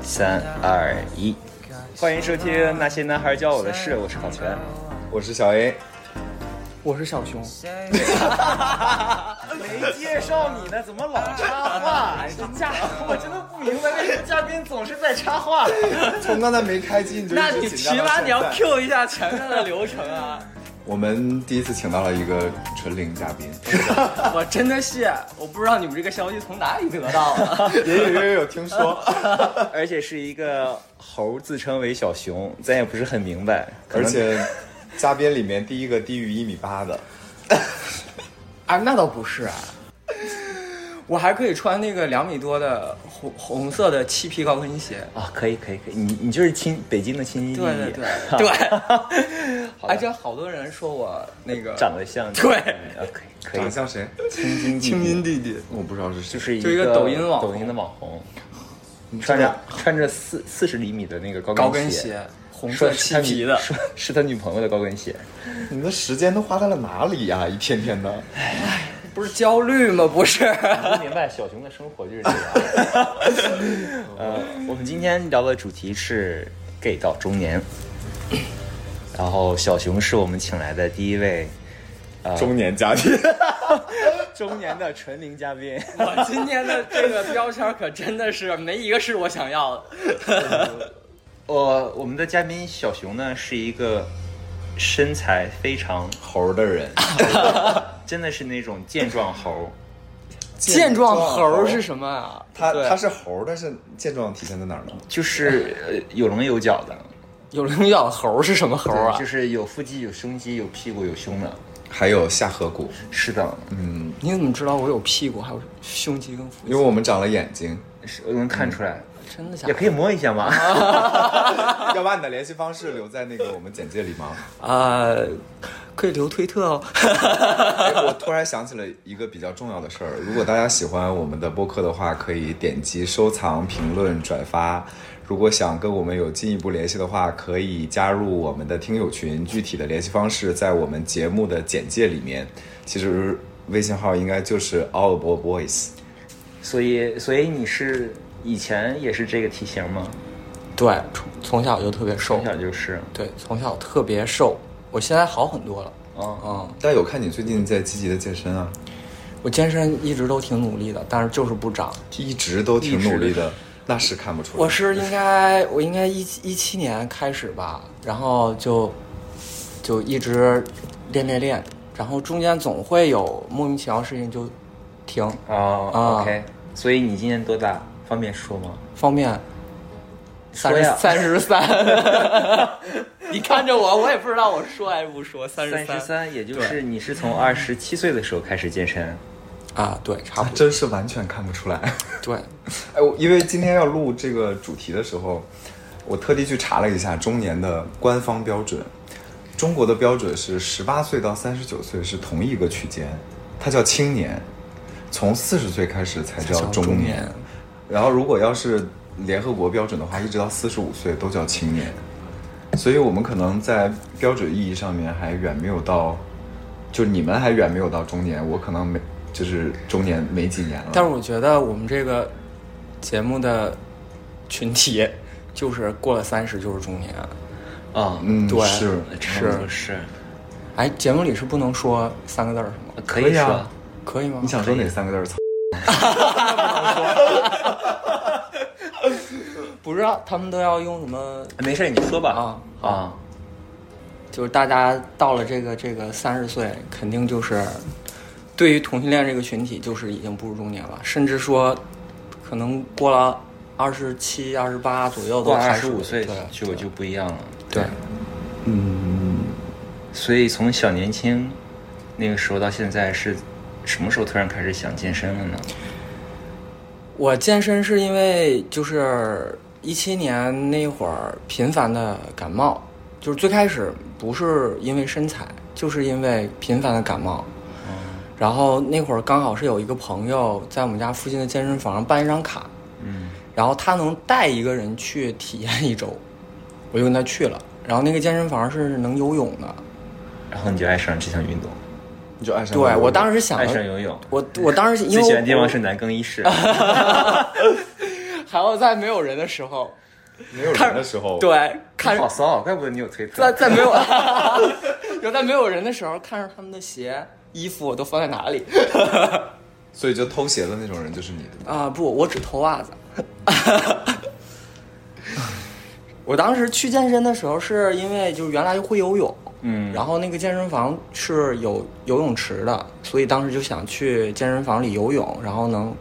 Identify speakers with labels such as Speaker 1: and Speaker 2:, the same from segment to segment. Speaker 1: 三二一，
Speaker 2: 欢迎收听《那些男孩教我的事》，我是考全。
Speaker 1: 我是小 A。
Speaker 3: 我是小熊，
Speaker 2: 没介绍你呢，怎么老插话？这家伙，我真的不明白为什么嘉宾总是在插话。
Speaker 1: 从刚才没开机你就
Speaker 3: 那
Speaker 1: 一
Speaker 3: 你
Speaker 1: 直
Speaker 3: 起
Speaker 1: 请到了
Speaker 3: 码你要
Speaker 1: 现在
Speaker 3: Q 一下前面的流程啊！
Speaker 1: 我们第一次请到了一个纯零嘉宾，
Speaker 3: 我真的是，我不知道你们这个消息从哪里得到的。
Speaker 1: 隐隐约约有听说，
Speaker 2: 而且是一个猴自称为小熊，咱也不是很明白。可
Speaker 1: 而
Speaker 2: 能
Speaker 1: 且嘉宾里面第一个低于一米八的，
Speaker 3: 啊，那倒不是啊，我还可以穿那个两米多的红红色的漆皮高跟鞋。
Speaker 2: 啊，可以可以可以，你你就是亲北京的亲一弟
Speaker 3: 对对 对 对，而且好多人说我那个
Speaker 2: 长得像
Speaker 3: 对
Speaker 2: 啊，可以可以
Speaker 1: 长得，像谁？
Speaker 2: 亲金弟
Speaker 3: 青
Speaker 2: 弟
Speaker 3: 音弟弟，
Speaker 1: 我不知道是
Speaker 2: 就
Speaker 1: 谁，
Speaker 2: 是
Speaker 3: 就一个抖音网红
Speaker 2: 抖音的网红，
Speaker 1: 你
Speaker 2: 穿
Speaker 1: 穿
Speaker 2: 着
Speaker 1: 着
Speaker 2: 穿着四四十厘米的那个高
Speaker 3: 高
Speaker 2: 跟
Speaker 3: 跟
Speaker 2: 鞋，
Speaker 3: 鞋，红
Speaker 2: 说
Speaker 3: 色
Speaker 2: 是
Speaker 3: 漆
Speaker 2: 他女
Speaker 3: 皮的。
Speaker 2: 说是他女朋友的高跟鞋。
Speaker 1: 你的时间都花在了哪里呀、啊一天天 的，
Speaker 3: 不是焦虑吗？不是，
Speaker 2: 不明白小熊的生活就是这样。 呃，我们今天聊的主题是 gay 到中年，然后小熊是我们请来的第一位
Speaker 1: 中年嘉宾，
Speaker 2: 中年的纯零嘉宾。
Speaker 3: 我今天的这个标签可真的是没一个是我想要的。
Speaker 2: 我我们的嘉宾小熊呢是一个身材非常，
Speaker 1: 猴的 人，
Speaker 2: 真的是那种健壮猴。
Speaker 3: 健壮猴是什么啊？
Speaker 1: 他
Speaker 2: 对
Speaker 1: 他是猴，但是健壮体现在哪儿呢？
Speaker 2: 就是呃有棱有角的，
Speaker 3: 有棱角的猴是什么猴啊
Speaker 2: 就？是有腹肌、有胸肌、有屁股、有胸的。
Speaker 1: 还有下颌骨，
Speaker 2: 是的，
Speaker 1: 嗯，
Speaker 3: 你怎么知道我有屁股，还有胸肌跟腹肌？
Speaker 1: 因为我们长了眼睛。
Speaker 2: 是我能看出来，
Speaker 3: 真的假
Speaker 2: 也
Speaker 3: 的？
Speaker 2: 可以嗯摸一下嘛。
Speaker 1: 要把你的联系方式留在那个我们简介里吗？
Speaker 3: 啊、可以留推特哦。
Speaker 1: 哎我突然想起了一个比较重要的事儿，如果大家喜欢我们的播客的话，可以点击收藏、评论、转发。如果想跟我们有进一步联系的话，可以加入我们的听友群，具体的联系方式在我们节目的简介里面。其实微信号应该就是 All Boy Boys。
Speaker 2: 所以，所以你是以前也是这个体型吗？
Speaker 3: 对，从从小就特别瘦
Speaker 2: 从，小就是，
Speaker 3: 对，从小特别瘦。我现在好很多了。
Speaker 2: 哦
Speaker 3: 嗯，
Speaker 1: 但有看你最近在积极的健身啊，
Speaker 3: 我健身一直都挺努力的，但是就是不长。
Speaker 1: 一直都挺努力的，那是看不出来。
Speaker 3: 我是应该，我应该一七一七年开始吧，然后就就一直练练练，然后中间总会有莫名其妙事情就停。
Speaker 2: 哦
Speaker 3: 啊
Speaker 2: o k 所以你今年多大？方便说吗？
Speaker 3: 方便三
Speaker 2: 说
Speaker 3: 十
Speaker 2: 呀
Speaker 3: 三 十三，你看着我，我也不知道我说还是不说三
Speaker 2: 三
Speaker 3: 三
Speaker 2: 十三，也就是你是从二十七岁的时候开始健身，
Speaker 3: 啊，对，差
Speaker 1: 啊
Speaker 3: 不多
Speaker 1: 真是完全看不出来。
Speaker 3: 对。
Speaker 1: 哎，我因为今天要录这个主题的时候，我特地去查了一下中年的官方标准。中国的标准是十八岁到三十九岁是同一个区间，它叫青年，从四十岁开始才叫
Speaker 3: 叫
Speaker 1: 中
Speaker 3: 中
Speaker 1: 年
Speaker 3: 年。
Speaker 1: 然后如果要是联合国标准的话，一直到四十五岁都叫青年。所以我们可能在标准意义上面还远没有到，就你们还远没有到中年，我可能没就是中年没几年了。
Speaker 3: 但是我觉得我们这个节目的群体，就是过了三十就是中年。
Speaker 2: 啊、
Speaker 1: 嗯，
Speaker 3: 对
Speaker 1: 是
Speaker 2: 是是，
Speaker 3: 哎，节目里是不能说三个字儿是吗？
Speaker 2: 可以
Speaker 1: 可以
Speaker 2: 说，
Speaker 1: 啊
Speaker 3: 可以吗？
Speaker 1: 你想说哪三个字儿？操
Speaker 3: 不知道他们都要用什么？
Speaker 2: 没事，你说吧。
Speaker 3: 啊
Speaker 2: 啊，
Speaker 3: 就是大家到了这个这个三十岁，肯定就是对于同性恋这个群体，就是已经步入中年了，甚至说可能过了二十七、二十八左右都
Speaker 2: 过二
Speaker 3: 开
Speaker 2: 十
Speaker 3: 始
Speaker 2: 五岁
Speaker 3: 对啊
Speaker 2: 就就不一样了，
Speaker 3: 对，
Speaker 1: 嗯，
Speaker 2: 所以从小年轻那个时候到现在是什么时候突然开始想健身了呢？
Speaker 3: 我健身是因为就是一七年那会儿频繁的感冒，就是最开始不是因为身材，就是因为频繁的感冒。然后那会儿刚好是有一个朋友在我们家附近的健身房办一张卡，
Speaker 2: 嗯，
Speaker 3: 然后他能带一个人去体验一周，我就跟他去了。然后那个健身房是能游泳的，
Speaker 2: 然后你就爱上这项运动，
Speaker 1: 你就爱上
Speaker 3: 对我当
Speaker 1: 时
Speaker 3: 时想
Speaker 2: 爱上
Speaker 3: 的，
Speaker 2: 游泳。
Speaker 3: 我我啊 当时因
Speaker 2: 最
Speaker 3: 为
Speaker 2: 喜欢的地
Speaker 3: 我
Speaker 2: 方是男更衣室。
Speaker 3: 还要在没有人的时候，
Speaker 1: 没有人的时候，
Speaker 3: 对，看
Speaker 2: 你好骚啊，怪不得你有推特
Speaker 3: 在。在没有有在没有人的时候，看着他们的鞋、衣服都放在哪里
Speaker 1: 所以就偷鞋的那种人就是你的。
Speaker 3: 啊、不，我只偷袜子。 我当时去健身的时候，是因为就是原来会游泳，
Speaker 2: 嗯，
Speaker 3: 然后那个健身房是有游泳池的，所以当时就想去健身房里游泳，然后能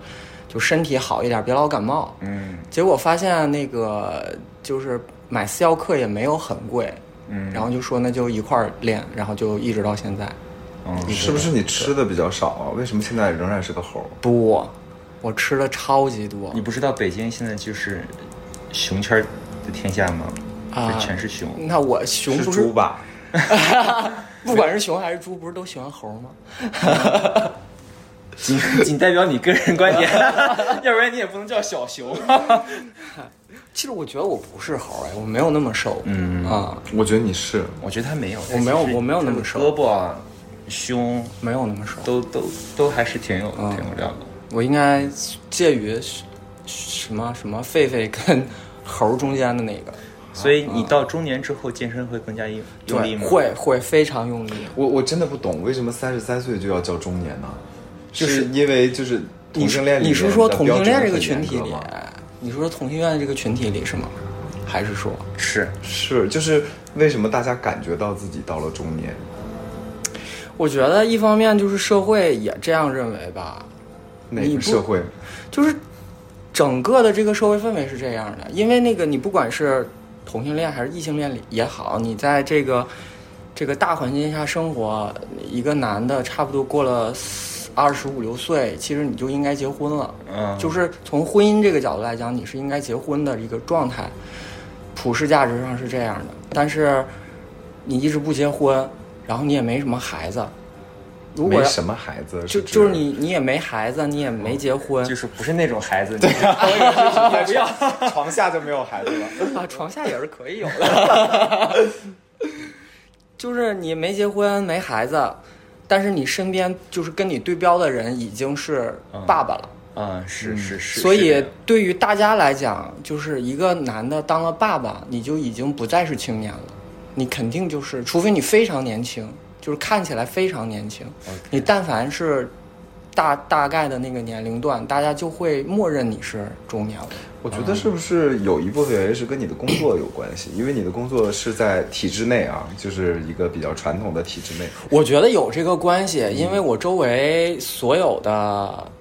Speaker 3: 就身体好一点，别老感冒。
Speaker 2: 嗯
Speaker 3: 结果发现那个就是买私教课也没有很贵，
Speaker 2: 嗯，
Speaker 3: 然后就说那就一块儿练，然后就一直到现在。
Speaker 1: 嗯，是不是你吃的比较少啊？为什么现在仍然是个猴？
Speaker 3: 不，我吃的超级多
Speaker 2: 你。不知道北京现在就是熊圈的天下吗？
Speaker 3: 啊
Speaker 2: 就全是熊。
Speaker 3: 那我熊
Speaker 1: 是
Speaker 3: 不是
Speaker 1: 猪，吧？
Speaker 3: 不管是熊还是猪，不是都喜欢猴吗？
Speaker 2: 仅仅代表你个人观 点， 要不然你也不能叫小熊。
Speaker 3: 其实我觉得我不是猴哎，我没有那么瘦。
Speaker 2: 嗯
Speaker 3: 啊，
Speaker 1: 我觉得你是，
Speaker 2: 我觉得他没有，
Speaker 3: 我没有
Speaker 2: 他其实
Speaker 3: 我没有那么
Speaker 2: 他的
Speaker 3: 瘦
Speaker 2: 胳膊啊、胸
Speaker 3: 没有那么瘦。
Speaker 2: 都都都还是挺有
Speaker 3: 嗯
Speaker 2: 挺有料的。
Speaker 3: 我应该介于什么什么狒狒跟猴中间的那个。
Speaker 2: 所以你到中年之后健身会更加用用力
Speaker 3: 嗯对，
Speaker 2: 吗？，
Speaker 3: 会会非常用力。
Speaker 1: 我我真的不懂为什么三十三岁就要叫中年呢？
Speaker 3: 就是
Speaker 1: 因为就是
Speaker 3: 你
Speaker 1: 同性
Speaker 3: 是
Speaker 1: 恋里
Speaker 3: 你是
Speaker 1: 面
Speaker 3: 说
Speaker 1: 的
Speaker 3: 同
Speaker 1: 标
Speaker 3: 性
Speaker 1: 准
Speaker 3: 恋这个
Speaker 1: 很
Speaker 3: 群
Speaker 1: 严
Speaker 3: 体
Speaker 1: 格
Speaker 3: 里啊
Speaker 1: 吗？
Speaker 3: 你是说同性恋这个群体里是吗？还是说
Speaker 2: 是
Speaker 1: 是，就是为什么大家感觉到自己到了中年？
Speaker 3: 我觉得一方面就是社会也这样认为吧，
Speaker 1: 哪
Speaker 3: 你
Speaker 1: 个
Speaker 3: 不
Speaker 1: 社会？
Speaker 3: 就是整个的这个社会氛围是这样的，因为那个你不管是同性恋还是异性恋也好，你在这个这个大环境下生活，一个男的差不多过了二十五六岁，其实你就应该结婚了。
Speaker 2: 嗯，
Speaker 3: 就是从婚姻这个角度来讲，你是应该结婚的一个状态，普世价值上是这样的。但是你一直不结婚，然后你也没什么孩子，如果
Speaker 1: 没
Speaker 3: 要
Speaker 1: 什么孩子，
Speaker 3: 就
Speaker 1: 指
Speaker 3: 就是你你也没孩子，你也没结婚，
Speaker 1: 嗯
Speaker 2: 就是不是那种孩子，
Speaker 3: 啊
Speaker 2: 对，
Speaker 1: 不要 床下就没有孩子了。
Speaker 3: 啊，床下也是可以有的。 就是你没结婚没孩子，但是你身边就是跟你对标的人已经是爸爸了，
Speaker 2: 嗯，是是是，
Speaker 3: 所
Speaker 2: 是这
Speaker 3: 以
Speaker 2: 样
Speaker 3: 对于大家来讲，就是一个男的当了爸爸，你就已经不再是青年了，你肯定就是，除非你非常年轻，就是看起来非常年轻
Speaker 2: OK
Speaker 3: 你但凡是大大概的那个年龄段，大家就会默认你是中年了。
Speaker 1: 我觉得是不是有一部分原因是跟你的工作有关系？因为你的工作是在体制内啊，就是一个比较传统的体制内。
Speaker 3: 我觉得有这个关系，因为我周围所有的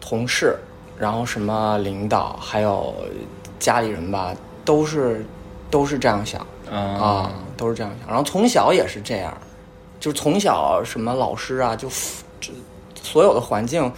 Speaker 3: 同事，然后什么领导，还有家里人吧，都是都是这样想啊
Speaker 2: 啊，，
Speaker 3: 都是这样想。然后从小也是这样，就是从小什么老师啊，就这所有的环境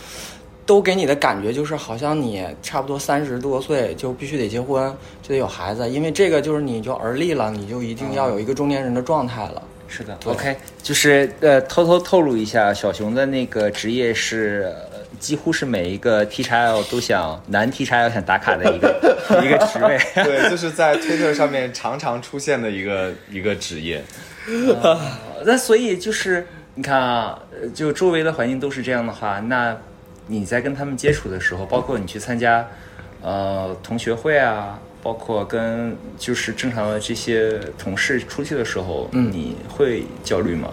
Speaker 3: 都给你的感觉就是，好像你差不多三十多岁就必须得结婚，就得有孩子，因为这个就是你就而立了，你就一定要有一个中年人的状态了。
Speaker 2: 是的
Speaker 3: 对
Speaker 2: ，OK，就是呃，偷偷透露一下，小熊的那个职业是。呃几乎是每一个 T x L 都想男 T x L 想打卡的一个一个职位，
Speaker 1: 对，就是在推特上面常常出现的一个一个职业。
Speaker 2: 那所以就是你看啊，呃就周围的环境都是这样的话，那你在跟他们接触的时候，包括你去参加呃同学会啊，包括跟就是正常的这些同事出去的时候，你会焦虑吗？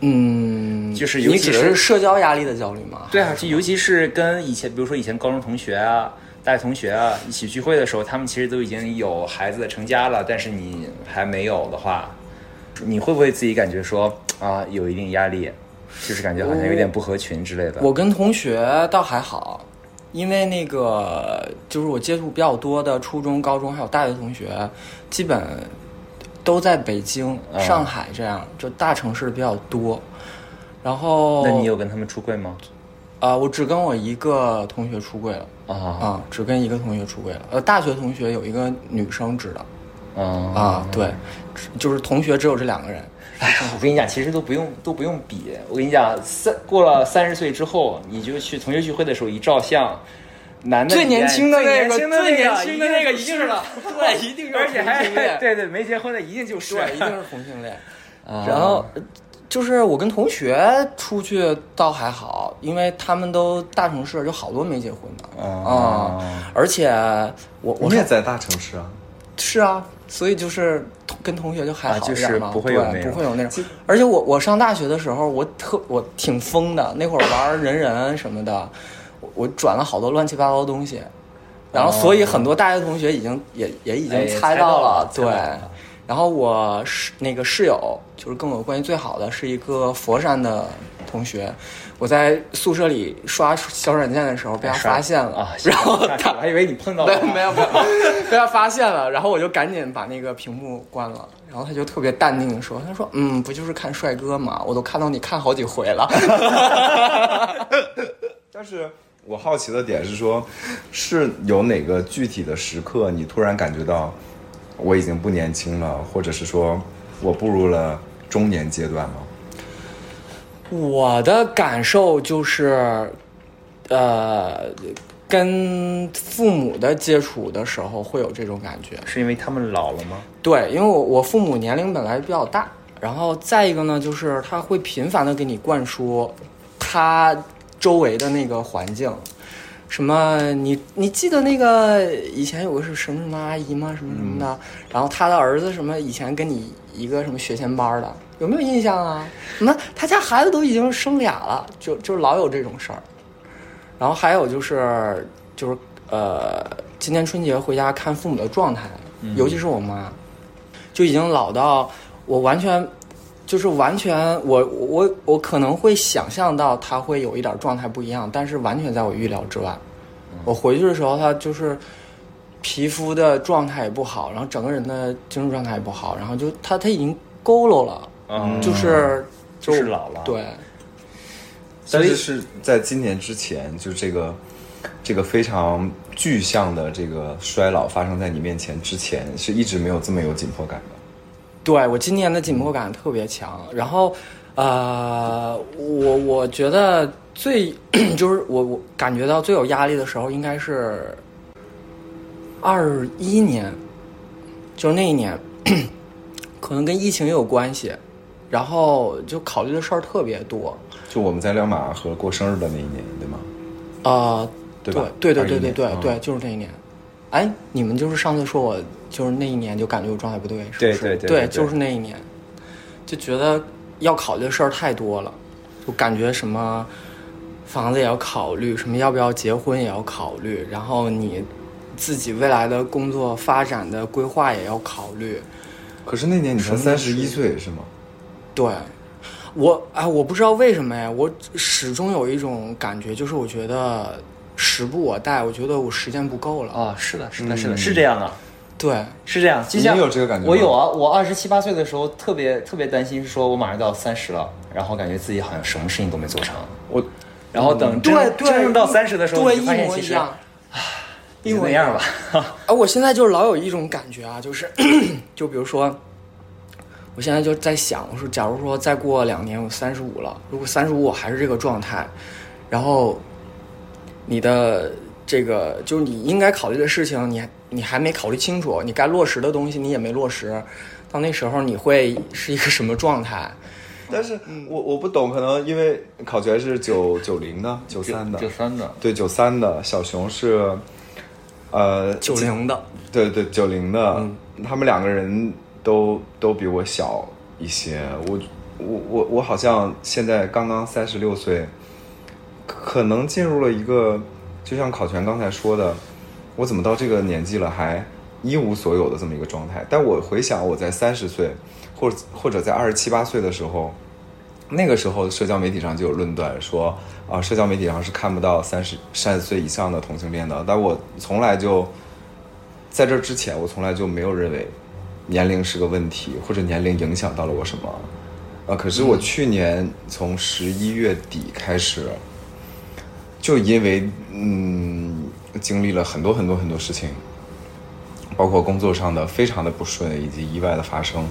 Speaker 3: 嗯，
Speaker 2: 就是尤
Speaker 3: 你
Speaker 2: 其
Speaker 3: 只
Speaker 2: 是
Speaker 3: 是社交压力的焦虑吗？
Speaker 2: 对啊，就尤其是跟以前，比如说以前高中同学啊、大学同学啊一起聚会的时候，他们其实都已经有孩子成家了，但是你还没有的话，你会不会自己感觉说啊有一定压力，就是感觉好像有点不合群之类的？
Speaker 3: 我跟同学倒还好，因为那个就是我接触比较多的初中、高中还有大学同学，基本都在北京、
Speaker 2: 啊
Speaker 3: 上海这样，就大城市比较多。然后，
Speaker 2: 那你有跟他们出柜吗？
Speaker 3: 啊、我只跟我一个同学出柜了
Speaker 2: 啊
Speaker 3: 啊、只跟一个同学出柜了。呃，大学同学有一个女生知
Speaker 2: 啊
Speaker 3: 道啊、！对，只就是同学只有这两个人。
Speaker 2: 哎呀，我跟你讲，其实都不用都不用比。我跟你讲，三过了三十岁之后，你就去同学聚会的时候一照相，男的
Speaker 3: 最年轻的那个，
Speaker 2: 最年
Speaker 3: 年
Speaker 2: 轻
Speaker 3: 轻
Speaker 2: 的
Speaker 3: 的
Speaker 2: 那
Speaker 3: 那
Speaker 2: 个
Speaker 3: 个
Speaker 2: 一定
Speaker 3: 一定
Speaker 2: 是
Speaker 3: 是，对，一定是
Speaker 2: 而且还
Speaker 3: 同性恋，
Speaker 2: 对对，没结婚的一定就是
Speaker 3: 对，一定是同性恋。
Speaker 2: 啊
Speaker 3: 然后，呃就是我跟同学出去倒还好，因为他们都大城市，有好多没结婚的啊、而且我我
Speaker 1: 你也在大城市啊？
Speaker 3: 是啊，所以就是同跟同学就还
Speaker 2: 啊
Speaker 3: 好
Speaker 2: 就
Speaker 3: 一点
Speaker 2: 是
Speaker 3: 嘛，
Speaker 2: 不会有
Speaker 3: 对
Speaker 2: 那
Speaker 3: 不
Speaker 2: 种
Speaker 3: 会有那种。而且我我上大学的时候，我特我挺疯的，那会儿玩人人什么的，我我转了好多乱七八糟的东西，然后所以很多大学同学已经也也已
Speaker 2: 哎
Speaker 3: 经
Speaker 2: 猜
Speaker 3: 到
Speaker 2: 到了猜
Speaker 3: 对
Speaker 2: 到了。
Speaker 3: 然后我室那个室友就是跟我关系最好的是一个佛山的同学，我在宿舍里刷小软件的时候被他
Speaker 2: 刷
Speaker 3: 发现了，
Speaker 2: 啊
Speaker 3: 然后他
Speaker 2: 我还以为你碰到
Speaker 3: 没
Speaker 2: 了啊
Speaker 3: 有没有没有，被他发现了，然后我就赶紧把那个屏幕关了，然后他就特别淡定的说：“他说，嗯，不就是看帅哥嘛，我都看到你看好几回了。
Speaker 1: 但是我好奇的点是说，是有哪个具体的时刻，你突然感觉到我已经不年轻了，或者是说我步入了中年阶段吗？”
Speaker 3: 我的感受就是，呃，跟父母的接触的时候会有这种感觉，
Speaker 2: 是因为他们老了吗？
Speaker 3: 对，因为我我父母年龄本来比较大，然后再一个呢，就是他会频繁的给你灌输他周围的那个环境，什么你你记得那个以前有个是什么什么阿姨吗？什么什么的，然后他的儿子什么以前跟你一个什么学前班儿的，有没有印象啊？什么他家孩子都已经生俩了，就就老有这种事儿。然后还有就是就是呃，今年春节回家看父母的状态，尤其是我妈，就已经老到我完全就是完全我我我可能会想象到她会有一点状态不一样，但是完全在我预料之外。我回去的时候，她就是皮肤的状态也不好，然后整个人的精神状态也不好，然后就她她已经佝偻了，
Speaker 2: 嗯
Speaker 3: 就是
Speaker 2: 就是老了
Speaker 3: 对。
Speaker 1: 但是是在今年之前，就这个这个非常具象的这个衰老发生在你面前之前，是一直没有这么有紧迫感的。
Speaker 3: 对我今年的紧迫感特别强，然后，呃，我我觉得最 就是我我感觉到最有压力的时候应该是二一年，就是那一年， 可能跟疫情也有关系，然后就考虑的事儿特别多，
Speaker 1: 就我们在亮马河过生日的那一年，对吗？
Speaker 3: 啊、
Speaker 1: 对
Speaker 3: 对
Speaker 1: 吧
Speaker 3: 对对对
Speaker 1: 21
Speaker 3: 对
Speaker 1: 年
Speaker 3: 对
Speaker 1: 嗯
Speaker 3: 对，就是那一年。哎，你们就是上次说我就是那一年就感觉我状态不对，是不
Speaker 1: 对
Speaker 3: 是？
Speaker 1: 对对对
Speaker 3: 就是那一年，就觉得要考虑的事儿太多了，就感觉什么房子也要考虑，什么要不要结婚也要考虑，然后你自己未来的工作发展的规划也要考虑。
Speaker 1: 可是那年你才三十一岁，是吗？
Speaker 3: 对，我哎，我不知道为什么呀，我始终有一种感觉，就是我觉得时不我待，我觉得我时间不够了。哦
Speaker 2: 啊，是的，是的，是的，是这样啊。
Speaker 3: 对，
Speaker 2: 是这样，就像
Speaker 1: 你有这个感觉吗
Speaker 2: 我有啊。我二十七八岁的时候，特别特别担心，说我马上到三十了，然后感觉自己好像什么事情都没做成。
Speaker 1: 我嗯
Speaker 2: 然后等真
Speaker 3: 对对
Speaker 2: 真正到三十的时候，
Speaker 3: 对
Speaker 2: 你
Speaker 3: 一
Speaker 2: 就发现
Speaker 3: 模
Speaker 2: 其
Speaker 3: 一
Speaker 2: 实
Speaker 3: 样。
Speaker 2: 也就那样 吧。
Speaker 3: 啊，我现在就是老有一种感觉啊，就是 就比如说，我现在就在想，我说假如说再过两年我三十五了，如果三十五我还是这个状态，然后你的这个就是你应该考虑的事情，你还你还没考虑清楚，你该落实的东西你也没落实，到那时候你会是一个什么状态？
Speaker 1: 但是我我不懂，可能因为考全是九九零的、九三的
Speaker 2: 就，三的，
Speaker 1: 对九三的小熊是，呃，
Speaker 3: 九零的，
Speaker 1: 对对九零的，他们两个人都都比我小一些，我我我我好像现在刚刚三十六岁，可能进入了一个，就像考全刚才说的，我怎么到这个年纪了还一无所有的这么一个状态？但我回想我在三十岁，或者或者在二十七八岁的时候，那个时候社交媒体上就有论断说啊、社交媒体上是看不到三十三十岁以上的同性恋的。但我从来就在这之前，我从来就没有认为年龄是个问题，或者年龄影响到了我什么。啊，可是我去年从十一月底开始，就因为嗯经历了很多很多很多事情，包括工作上的非常的不顺以及意外的发生，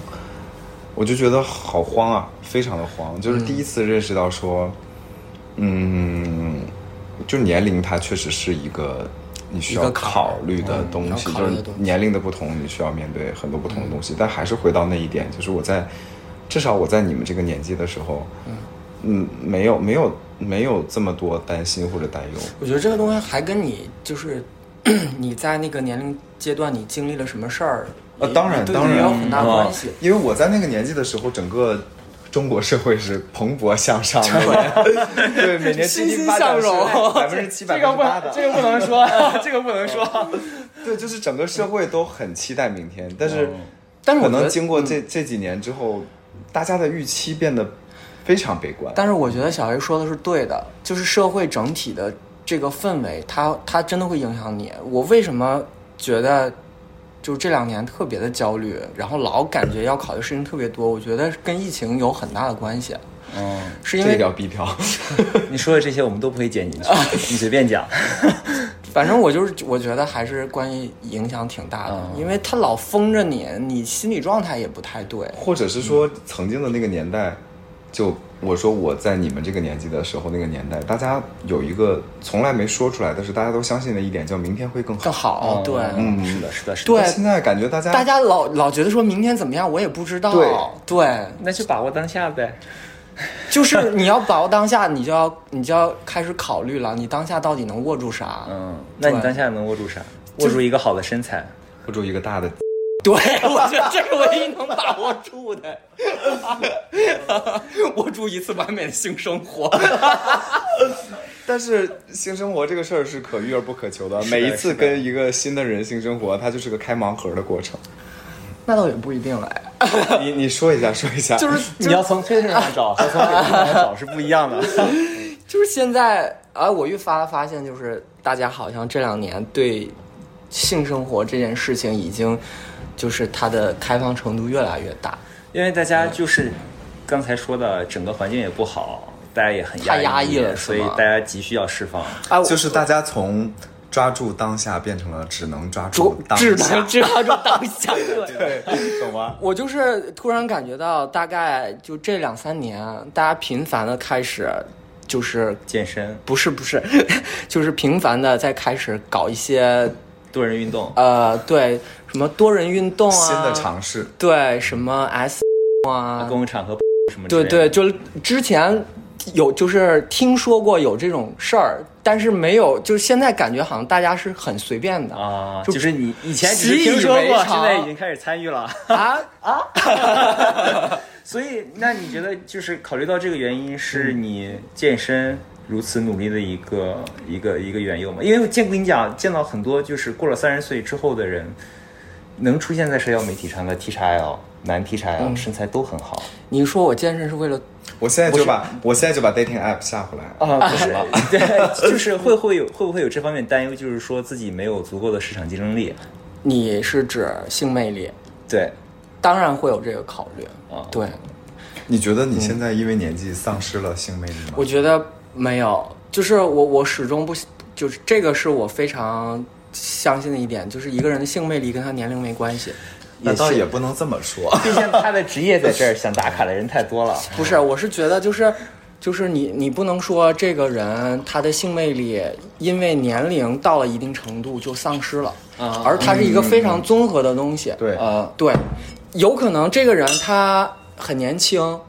Speaker 1: 我就觉得好慌啊，非常的慌，就是第一次认识到说，嗯，就年龄它确实是一个你需
Speaker 3: 一
Speaker 1: 要
Speaker 3: 个坎儿
Speaker 1: 考虑的
Speaker 3: 嗯
Speaker 1: 东西，
Speaker 3: 要考
Speaker 1: 就
Speaker 3: 虑
Speaker 1: 是
Speaker 3: 的东西
Speaker 1: 年龄的不同，你需要面对很多不同的东西，但还是回到那一点，就是我在至少我在你们这个年纪的时候，嗯，没有没有没有这么多担心或者担忧。
Speaker 3: 我觉得这个东西还跟你就是 你在那个年龄阶段你经历了什么事儿，
Speaker 1: 呃，
Speaker 3: 也
Speaker 1: 当然，
Speaker 3: 对
Speaker 1: 当
Speaker 3: 你
Speaker 1: 然
Speaker 3: 也有很大关系。
Speaker 1: 嗯因为我在那个年纪的时候，整个中国社会是蓬勃向上的， 对，每年
Speaker 3: 欣
Speaker 1: GDP
Speaker 3: 欣
Speaker 1: 发展
Speaker 3: 向荣
Speaker 1: 是 百分之七、百分之八的，
Speaker 2: 个不能说， 这个不能说。
Speaker 1: 对，就是整个社会都很期待明天，但是，
Speaker 3: 哦但是我
Speaker 1: 可
Speaker 3: 觉
Speaker 1: 能
Speaker 3: 得嗯
Speaker 1: 经过这这几年之后，大家的预期变得非常悲观。
Speaker 3: 但是我觉得小 A 说的是对的，就是社会整体的这个氛围，它它真的会影响你。我为什么觉得就这两年特别的焦虑，然后老感觉要考虑事情特别多？我觉得跟疫情有很大的关系，
Speaker 2: 嗯，
Speaker 3: 是因
Speaker 1: 这个
Speaker 3: 为
Speaker 1: 要逼调，哦
Speaker 2: 你说的这些我们都不会剪进 去，你随便讲。
Speaker 3: 反正我就是我觉得还是关于影响挺大的，
Speaker 2: 嗯
Speaker 3: 因为它老封着你，你心理状态也不太对。
Speaker 1: 或者是说曾经的那个年代，就我说我在你们这个年纪的时候，那个年代，大家有一个从来没说出来的是，大家都相信的一点叫明天会更好
Speaker 3: 更。好，
Speaker 1: 哦
Speaker 3: 对，
Speaker 2: 嗯，是的，是的，是的。
Speaker 3: 对
Speaker 1: 现在感觉大家
Speaker 3: 大家老老觉得说明天怎么样，我也不知道。
Speaker 1: 对
Speaker 3: 对
Speaker 2: 那就把握当下呗。
Speaker 3: 就是你要把握当下，你就要你就要开始考虑了，你当下到底能握住啥？
Speaker 2: 嗯，那你
Speaker 3: 对
Speaker 2: 当下能握住啥？握住一个好的身材。
Speaker 1: 握住一个大的，
Speaker 3: 对，我觉得这是唯一能把握住 的，握住一次完美的性生 活。
Speaker 1: 但是性生活这个事儿是可遇而不可求的。
Speaker 2: 是的
Speaker 1: 每一
Speaker 2: 是
Speaker 1: 次
Speaker 2: 的
Speaker 1: 跟一个新的人性生活，它就是个开盲盒的过程。
Speaker 3: 那倒也不一定哎，
Speaker 1: 你你说一下，说一下，
Speaker 3: 就是
Speaker 2: 你要从推特上找和从别的地方找是不一样的。
Speaker 3: 就是现在啊，我越发发现，就是大家好像这两年对性生活这件事情已经，就是它的开放程度越来越大，
Speaker 2: 因为大家就是刚才说的，整个环境也不好，大家也很抑
Speaker 3: 太压抑了是
Speaker 2: 所
Speaker 3: 吗
Speaker 2: 以大家急需要释放。
Speaker 3: 啊，我
Speaker 1: 就是大家从抓住当下变成了只能抓住
Speaker 3: 主
Speaker 1: 当
Speaker 3: 只
Speaker 1: 下，
Speaker 3: 能知道这当下。对。
Speaker 1: 对，懂吗？
Speaker 3: 我就是突然感觉到，大概就这两三年，大家频繁的开始，就是
Speaker 2: 健身、
Speaker 3: 不是不是， 就是频繁的在开始搞一些
Speaker 2: 多人运动，
Speaker 3: 呃，对什么多人运动啊，
Speaker 1: 新的尝试，
Speaker 3: 对什么 S 啊，
Speaker 2: 公共场合什么之类
Speaker 3: 对
Speaker 2: 的
Speaker 3: 对，就是之前有就是听说过有这种事儿，但是没有，就是现在感觉好像大家是很随便的
Speaker 2: 啊，
Speaker 3: 就
Speaker 2: 就是你以前只是
Speaker 3: 习以
Speaker 2: 听说
Speaker 3: 为
Speaker 2: 过，现
Speaker 3: 常
Speaker 2: 在已经开始参与了。
Speaker 3: 啊，
Speaker 2: 所以，那你觉得就是考虑到这个原因，是
Speaker 3: 嗯
Speaker 2: 你健身如此努力的一个一个一个缘由吗？因为我见跟你讲，见到很多就是过了三十岁之后的人，能出现在社交媒体上的 T x L 男 T x L、身
Speaker 3: 嗯
Speaker 2: 材都很好
Speaker 3: 你说我健身是为了
Speaker 1: 我现在就把我现在就把 dating app 下回来。
Speaker 2: 啊，不是， 对，就是会会有会不会有这方面担忧，就是说自己没有足够的市场竞争力，
Speaker 3: 你是指性魅力？
Speaker 2: 对，
Speaker 3: 当然会有这个考虑
Speaker 2: 啊
Speaker 3: 对，
Speaker 1: 你觉得你现在因为年纪丧失了性魅力吗？
Speaker 3: 我觉得没有，就是我我始终不就是这个是我非常相信的一点，就是一个人的性魅力跟他年龄没关系。
Speaker 1: 那
Speaker 2: 也
Speaker 1: 倒
Speaker 2: 是
Speaker 1: 也不能这么说。
Speaker 2: 毕竟他的职业在这儿，想打卡的人太多了。
Speaker 3: 不是，我是觉得就是就是你你不能说这个人他的性魅力因为年龄到了一定程度就丧失了，
Speaker 2: 啊
Speaker 3: 而它是一个非常综合的东西。
Speaker 1: 对
Speaker 2: 呃，
Speaker 3: 对，有可能这个人他很年轻，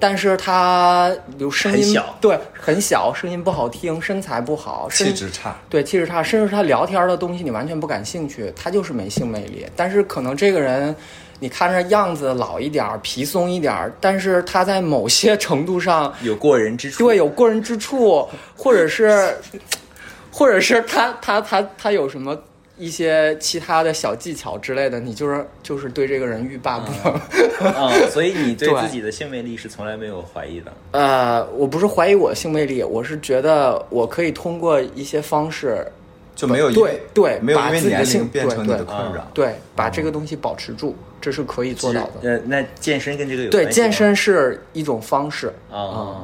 Speaker 3: 但是他比如声音
Speaker 2: 很小
Speaker 3: 对，很小，声音不好听，身材不好，身
Speaker 1: 气质差，
Speaker 3: 对气质差，甚至他聊天的东西你完全不感兴趣，他就是没性魅力。但是可能这个人，你看着样子老一点儿，皮松一点儿，但是他在某些程度上
Speaker 2: 有过人之处，
Speaker 3: 对有过人之处，或者是，或者是他他他他有什么一些其他的小技巧之类的，你就是就是对这个人欲罢不能。
Speaker 2: 嗯，所以你对
Speaker 3: 对
Speaker 2: 自己的性魅力是从来没有怀疑的。
Speaker 3: 呃，我不是怀疑我的性魅力，我是觉得我可以通过一些方式，
Speaker 1: 就没有因为
Speaker 3: 对对
Speaker 1: 没有因
Speaker 3: 把
Speaker 1: 为
Speaker 3: 自己的
Speaker 1: 年龄
Speaker 3: 性
Speaker 1: 变成你的
Speaker 3: 对对
Speaker 1: 困扰。
Speaker 3: 对，把这个东西保持住，这是可以做到的。
Speaker 2: 呃，那健身跟这个有
Speaker 3: 对，
Speaker 2: 关系吗
Speaker 3: 健身是一种方 式
Speaker 2: 啊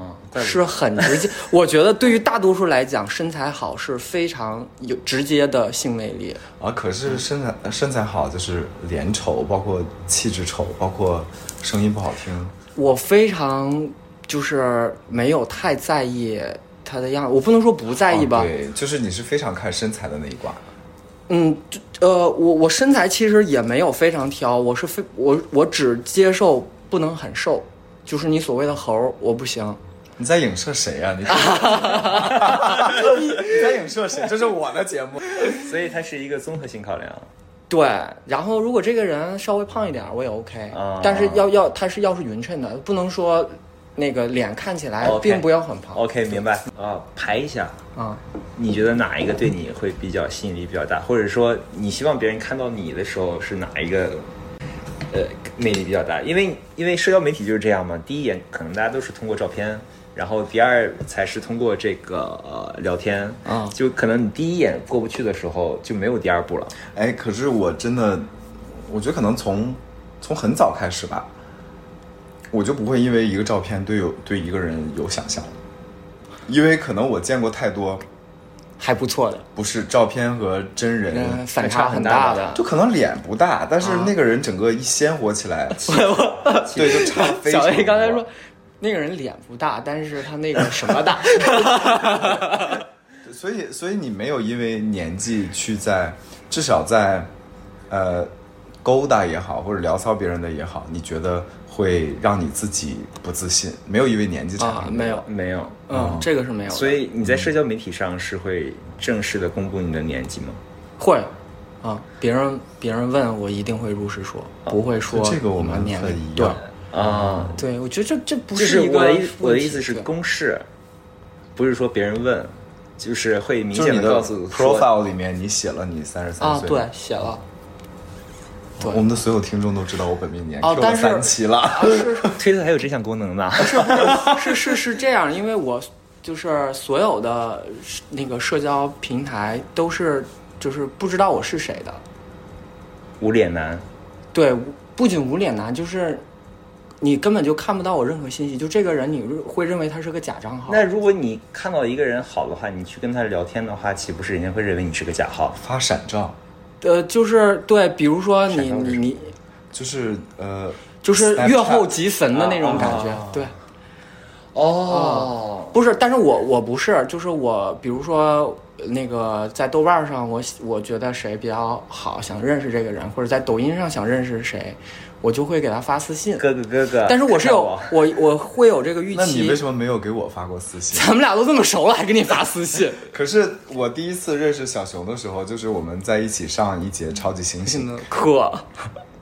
Speaker 3: 嗯是很直接。我觉得对于大多数来讲，身材好是非常有直接的性魅力。
Speaker 1: 啊，可是身材身材好就是脸丑，包括气质丑，包括声音不好听。
Speaker 3: 我非常就是没有太在意他的样子，我不能说不在意吧，
Speaker 1: 啊对，就是你是非常看身材的那一挂。
Speaker 3: 嗯，就呃，我我身材其实也没有非常挑，我是非我我只接受不能很瘦，就是你所谓的猴儿，我不行。
Speaker 1: 你在影射谁啊？你你在影射谁？这是我的节目。
Speaker 2: 所以它是一个综合性考量。
Speaker 3: 对，然后如果这个人稍微胖一点儿，我也 OK，、
Speaker 2: 啊
Speaker 3: 但是要要他是要是匀称的，不能说那个脸看起来
Speaker 2: OK 哦
Speaker 3: 并不要很胖
Speaker 2: OK，明白。啊，排一下，
Speaker 3: 啊。
Speaker 2: 你觉得哪一个对你会比较吸引力比较大，或者说你希望别人看到你的时候是哪一个，呃，魅力比较大？因为因为社交媒体就是这样嘛，第一眼可能大家都是通过照片，然后第二才是通过这个呃聊天，
Speaker 3: 啊
Speaker 2: 就可能你第一眼过不去的时候就没有第二步了。
Speaker 1: 哎，可是我真的，我觉得可能从从很早开始吧，我就不会因为一个照片对有对一个人有想象了，因为可能我见过太多
Speaker 3: 还不错的，
Speaker 1: 不是照片和真人
Speaker 3: 嗯，反
Speaker 2: 差
Speaker 3: 差
Speaker 2: 很
Speaker 3: 很
Speaker 2: 大
Speaker 3: 的，
Speaker 1: 就可能脸不大，但是
Speaker 3: 啊
Speaker 1: 那个人整个一鲜活起 来，对， 就差非常
Speaker 3: 小
Speaker 1: 多。
Speaker 3: A 刚才说，那个人脸不大，但是他那个什么 大，
Speaker 1: 所以，所以你没有因为年纪去在，至少在，呃，勾搭也好，或者聊骚别人的也好，你觉得会让你自己不自信？没有因为年纪产
Speaker 3: 啊
Speaker 1: 生、，
Speaker 3: 没有，
Speaker 2: 没有，
Speaker 3: 嗯，这个是没有的，
Speaker 2: 所以你在社交媒体上是会正式的公布你的年纪吗？
Speaker 3: 会啊，别人别人问我一定会如实说，
Speaker 2: 哦
Speaker 3: 不会说
Speaker 1: 这个我
Speaker 3: 什么
Speaker 1: 们
Speaker 3: 年
Speaker 1: 很
Speaker 3: 龄
Speaker 1: 一
Speaker 3: 对
Speaker 1: 样。
Speaker 2: 啊，
Speaker 3: 对，我觉得这这不
Speaker 2: 就是
Speaker 3: 一个
Speaker 2: 我的意
Speaker 3: 问题
Speaker 2: 我的意思是
Speaker 3: 对
Speaker 2: 公示，不是说别人问，就是会明
Speaker 1: 就是
Speaker 2: 显
Speaker 1: 你
Speaker 2: 的
Speaker 1: 的
Speaker 2: 告诉说
Speaker 1: profile 里面你写了你三十三
Speaker 3: 啊，
Speaker 1: 岁，
Speaker 3: 对，写了对
Speaker 1: 我们的所有听众都知道我本命年
Speaker 3: 哦
Speaker 1: Q 了
Speaker 3: 但是
Speaker 1: 三期了，
Speaker 3: 啊，是是
Speaker 2: 推特还有这项功能呢。
Speaker 3: 啊 是是是这样，因为我就是所有的那个社交平台都是就是不知道我是谁的，
Speaker 2: 无脸男，
Speaker 3: 对，不仅无脸男，就是你根本就看不到我任何信息，就这个人你会认为他是个假账号。
Speaker 2: 那如果你看到一个人好的话，你去跟他聊天的话，岂不是人家会认为你是个假号？
Speaker 1: 发闪照，
Speaker 3: 呃，就是对，比如说你
Speaker 2: 闪光
Speaker 3: 你你，
Speaker 1: 就是呃，
Speaker 3: 就是月后
Speaker 1: Snapchat
Speaker 3: 即焚的那种感觉，
Speaker 2: 啊
Speaker 3: 对，嗯
Speaker 2: 哦，
Speaker 3: 不是，但是我我不是，就是我，比如说呃那个在豆瓣上我，我觉得谁比较好，想认识这个人，或者在抖音上想认识谁，我就会给他发私信。
Speaker 2: 哥哥哥哥，
Speaker 3: 但是我是
Speaker 2: 看
Speaker 3: 有
Speaker 2: 我
Speaker 3: 我我会有这个预
Speaker 1: 那你为
Speaker 3: 期，
Speaker 1: 什么没有给我发过私信？
Speaker 3: 咱们俩都这么熟了，还给你发私信，
Speaker 1: 可是我第一次认识小熊的时候，就是我们在一起上一节《超级星星》
Speaker 3: 可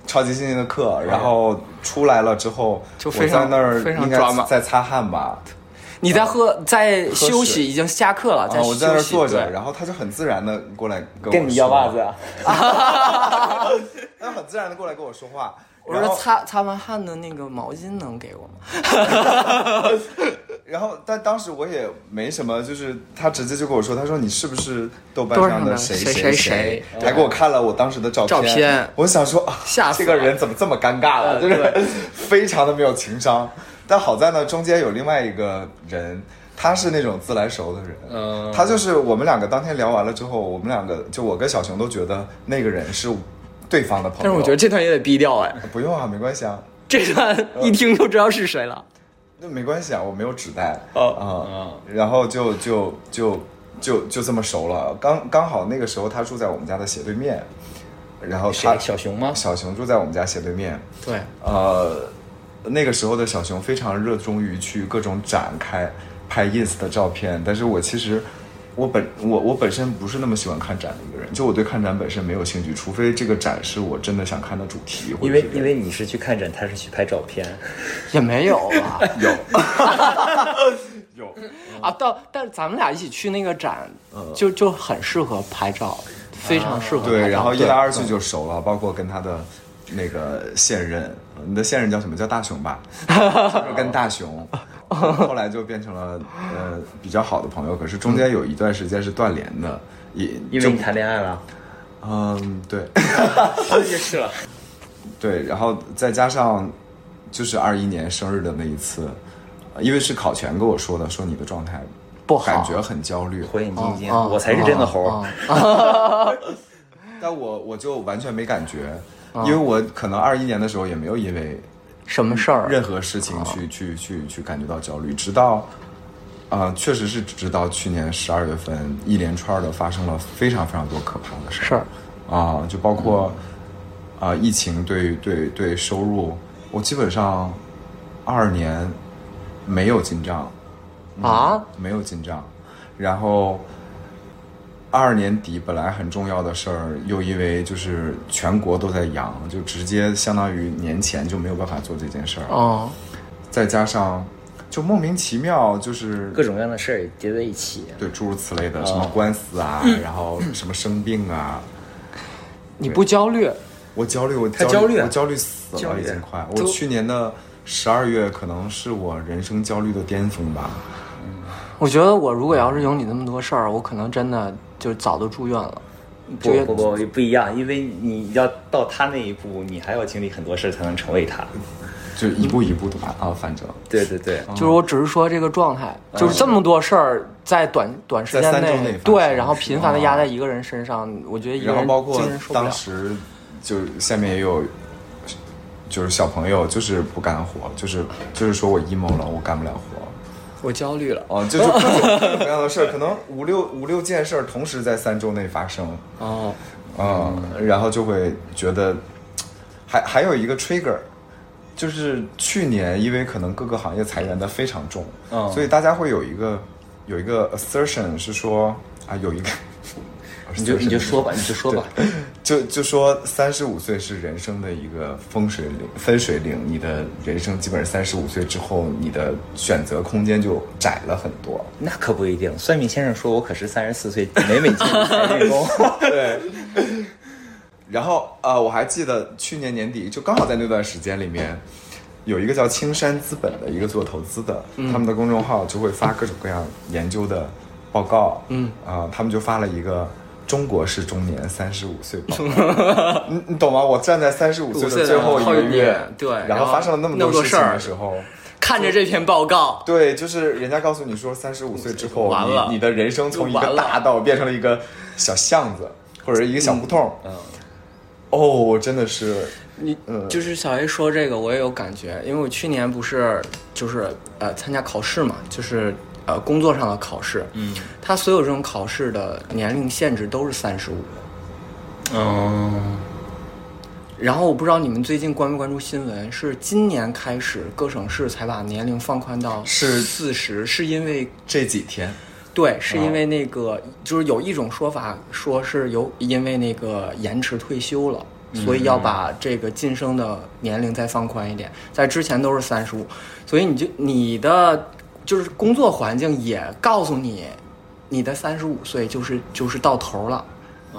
Speaker 1: 超级星星的课，然后出来了之后，
Speaker 3: 就非常
Speaker 1: 我在那儿
Speaker 3: 非常
Speaker 1: 应该
Speaker 3: drama
Speaker 1: 在擦汗吧，
Speaker 3: 你在喝，在
Speaker 1: 啊水
Speaker 3: 休息，已经下课了，
Speaker 1: 啊，
Speaker 3: 在休息。
Speaker 1: 我在那儿坐着，
Speaker 3: 对
Speaker 1: 然后他就很自然的过来跟
Speaker 2: 跟
Speaker 1: 我
Speaker 2: 你要袜子
Speaker 1: 说，
Speaker 2: 啊，
Speaker 1: 他就很自然的过来跟我说话，
Speaker 3: 我
Speaker 1: 然
Speaker 3: 说
Speaker 1: 后哦
Speaker 3: 擦擦完汗的那个毛巾能给我吗？
Speaker 1: 然后但当时我也没什么，就是他直接就跟我说，他说你是不是豆瓣
Speaker 3: 豆瓣
Speaker 1: 上
Speaker 3: 上的
Speaker 1: 谁
Speaker 3: 谁
Speaker 1: 谁
Speaker 3: 谁谁
Speaker 1: 还给我看了我当时的照
Speaker 3: 照片啊
Speaker 1: 我想说啊
Speaker 3: 吓，死
Speaker 1: 这
Speaker 3: 了
Speaker 1: 个人怎么这么尴尬了，就是 非常的没有情商。但好在呢，中间有另外一个人。他是那种自来熟的人，
Speaker 2: 嗯
Speaker 1: 他就是我们两个当天聊完了之后，我们两个就我跟小熊都觉得那个人是对方的朋友，
Speaker 3: 但是我觉得这段也得逼掉哎，
Speaker 1: 不用啊，没关系啊，
Speaker 3: 这段一听就知道是谁了。
Speaker 1: 那没关系啊，我没有纸袋啊、
Speaker 2: 哦
Speaker 1: 然后就就就就就这么熟了。刚刚好那个时候他住在我们家的斜对面，然后他
Speaker 2: 谁小熊吗？
Speaker 1: 小熊住在我们家斜对面，
Speaker 3: 对，
Speaker 1: 呃，那个时候的小熊非常热衷于去各种展开拍 ins 的照片，但是我其实我本我我本身不是那么喜欢看展的一个人，就我对看展本身没有兴趣，除非这个展是我真的想看的主题，或
Speaker 2: 因
Speaker 1: 者
Speaker 2: 为
Speaker 1: 是
Speaker 2: 因为你是去看展，他是去拍照片。
Speaker 3: 也没有啊
Speaker 1: 有有。嗯
Speaker 3: 啊，到但是咱们俩一起去那个展，就就很适合拍照，非常适合拍照。
Speaker 1: 啊对，然后一
Speaker 3: 对嗯
Speaker 1: 来二去就熟了，包括跟他的那个现任，呃你的现任叫什么？叫大熊 吧，就是跟大熊， 后来就变成了呃比较好的朋友。可是中间有一段时间是断联的，也
Speaker 2: 因为
Speaker 1: 就
Speaker 2: 你谈恋爱 了，
Speaker 1: 嗯对
Speaker 3: 啊
Speaker 2: 也是了。
Speaker 1: 对，然后再加上就是二一年生日的那一次，呃因为是考全跟我说的，说你的状态
Speaker 3: 不好
Speaker 1: 感觉很焦虑，
Speaker 2: 火眼金睛，
Speaker 3: 哦哦
Speaker 2: 我才是真的猴。
Speaker 3: 哦
Speaker 1: 但我我就完全没感觉，
Speaker 3: 啊
Speaker 1: 因为我可能二一年的时候也没有因为。
Speaker 3: 什么事儿？
Speaker 1: 任何事情去去去去感觉到焦虑，直到，呃，确实是直到去年十二月份，一连串的发生了非常非常多可怕的事
Speaker 3: 事儿
Speaker 1: 啊、就包括啊、疫情对对对收入我基本上二年没有进账，嗯
Speaker 3: 啊，
Speaker 1: 没有进账，然后二年底本来很重要的事儿，又因为就是全国都在阳，就直接相当于年前就没有办法做这件事儿，
Speaker 3: 哦，
Speaker 1: 再加上就莫名其妙就是
Speaker 2: 各种各样的事儿叠在一起。
Speaker 1: 对诸如此类的什么官司啊，然后什么生病啊，
Speaker 3: 你不焦虑？
Speaker 1: 我焦虑，我
Speaker 2: 他
Speaker 1: 焦
Speaker 2: 焦虑啊
Speaker 1: 我焦虑死
Speaker 2: 焦
Speaker 1: 了，
Speaker 2: 虑
Speaker 1: 已经快。
Speaker 3: 都
Speaker 1: 我去年的十二月可能是我人生焦虑的巅峰吧。
Speaker 3: 我觉得我如果要是有你那么多事儿，我可能真的就早都住院了。就
Speaker 2: 不不不不一样，因为你要到他那一步，你还要经历很多事儿才能成为他。
Speaker 1: 就一步一步的吧，啊，反正
Speaker 2: 对对对，
Speaker 1: 嗯
Speaker 3: 就是我只是说这个状态，就是这么多事儿在短短时间
Speaker 1: 在三周内
Speaker 3: 内
Speaker 1: 发，生
Speaker 3: 对，然后频繁的
Speaker 1: 是吗
Speaker 3: 压在一个人身上，我觉得一个
Speaker 1: 然后
Speaker 3: 人
Speaker 1: 包括
Speaker 3: 精神受不
Speaker 1: 当
Speaker 3: 了。
Speaker 1: 时就下面也有，就是小朋友就是不干活，就是就是说我 emo 了，我干不了活。
Speaker 3: 我焦虑了。
Speaker 1: 哦，就是各种各种各样的事儿，可能五六五六件事儿同时在三周内发生。
Speaker 3: 哦，
Speaker 1: 嗯，然后就会觉得，还还有一个 trigger，就是去年因为可能各个行业裁员的非常重，
Speaker 2: 嗯
Speaker 1: 所以大家会有一个有一个 assertion 是说啊有一个，
Speaker 2: 你就
Speaker 1: assertion
Speaker 2: 你就说吧，你就说吧。
Speaker 1: 就就说三十五岁是人生的一个风水岭，分水岭。你的人生基本上三十五岁之后，你的选择空间就窄了很多。
Speaker 2: 那可不一定，算命先生说我可是三十四岁美美进入财运宫。
Speaker 1: 对。然后啊、呃我还记得去年年底，就刚好在那段时间里面，有一个叫青山资本的一个做投资的，
Speaker 3: 嗯
Speaker 1: 他们的公众号就会发各种各样研究的报告。嗯啊、他们就发了一个。中国式中年三十五岁 报告，你你懂吗？我站在三十五岁
Speaker 3: 岁的
Speaker 1: 的最后一
Speaker 3: 后
Speaker 1: 个
Speaker 3: 一
Speaker 1: 月
Speaker 3: 年，对
Speaker 1: 然
Speaker 3: 然
Speaker 1: 后
Speaker 3: 后
Speaker 1: 发生了那么
Speaker 3: 那么多
Speaker 1: 多事情
Speaker 3: 事儿
Speaker 1: 的时候，
Speaker 3: 看着这篇报告，
Speaker 1: 对，就是人家告诉你说，三十五岁之后，
Speaker 3: 完了
Speaker 1: 你你的人生从一
Speaker 3: 就完
Speaker 1: 个
Speaker 3: 了
Speaker 1: 大道变成了一个小巷子或者一个小胡同。嗯，哦，真的是，
Speaker 3: 你就是小 A 说这个，我也有感觉，因为我去年不是就是呃参加考试嘛，就是呃工作上的考试，嗯，他所有这种考试的年龄限制都是三十五。
Speaker 2: 嗯，
Speaker 3: 然后我不知道你们最近关没关注新闻，是今年开始各省市才把年龄放宽到
Speaker 1: 是
Speaker 3: 四十，是因为
Speaker 1: 这几天
Speaker 3: 对，是因为那个、就是有一种说法说是有因为那个延迟退休了，所以要把这个晋升的年龄再放宽一点，在之前都是三十五，所以你就你的就是工作环境也告诉你，你的三十五岁就是就是到头了。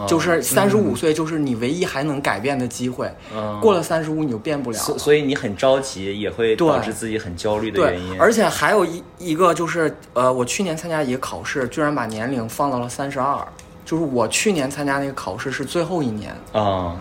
Speaker 3: 就是三十五岁，就是你唯一还能改变的机会。
Speaker 2: 嗯
Speaker 3: 过了三十五，你就变不了 了
Speaker 2: 所。所以你很着急，也会
Speaker 3: 对
Speaker 2: 导致自己很焦虑的
Speaker 3: 对
Speaker 2: 原因。，
Speaker 3: 而且还有一一个就是，呃，我去年参加一个考试，居然把年龄放到了三十二，就是我去年参加那个考试是最后一年，
Speaker 2: 啊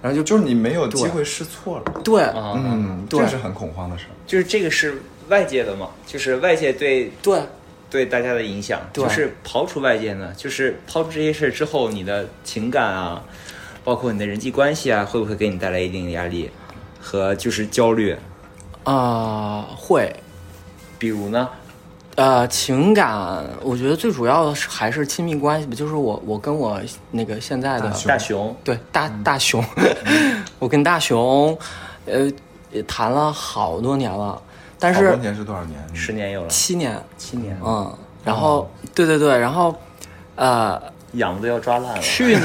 Speaker 1: 然后就就是你没有机会试错了，
Speaker 3: 对，
Speaker 2: 啊，
Speaker 1: 嗯，
Speaker 3: 对
Speaker 1: 这是很恐慌的事儿。
Speaker 2: 就是这个是外界的嘛，就是外界对
Speaker 3: 对，
Speaker 2: 对大家的影响，
Speaker 3: 对
Speaker 2: 就是刨除外界呢，就是抛出这些事儿之后，你的情感啊，包括你的人际关系啊，会不会给你带来一定的压力和就是焦虑？
Speaker 3: 啊、会，
Speaker 2: 比如呢？
Speaker 3: 呃，情感，我觉得最主要的是还是亲密关系吧，就是我我跟我那个现在的
Speaker 2: 大嗯熊，
Speaker 3: 对大大熊， 我跟大熊，呃，也谈了好多年了，但
Speaker 1: 好多
Speaker 3: 是
Speaker 1: 年是多少年？
Speaker 2: 十年有了，
Speaker 3: 七年，
Speaker 2: 七年，
Speaker 3: 嗯，然后、对对对，然后，呃。
Speaker 2: 痒的要抓烂了。
Speaker 3: 去年，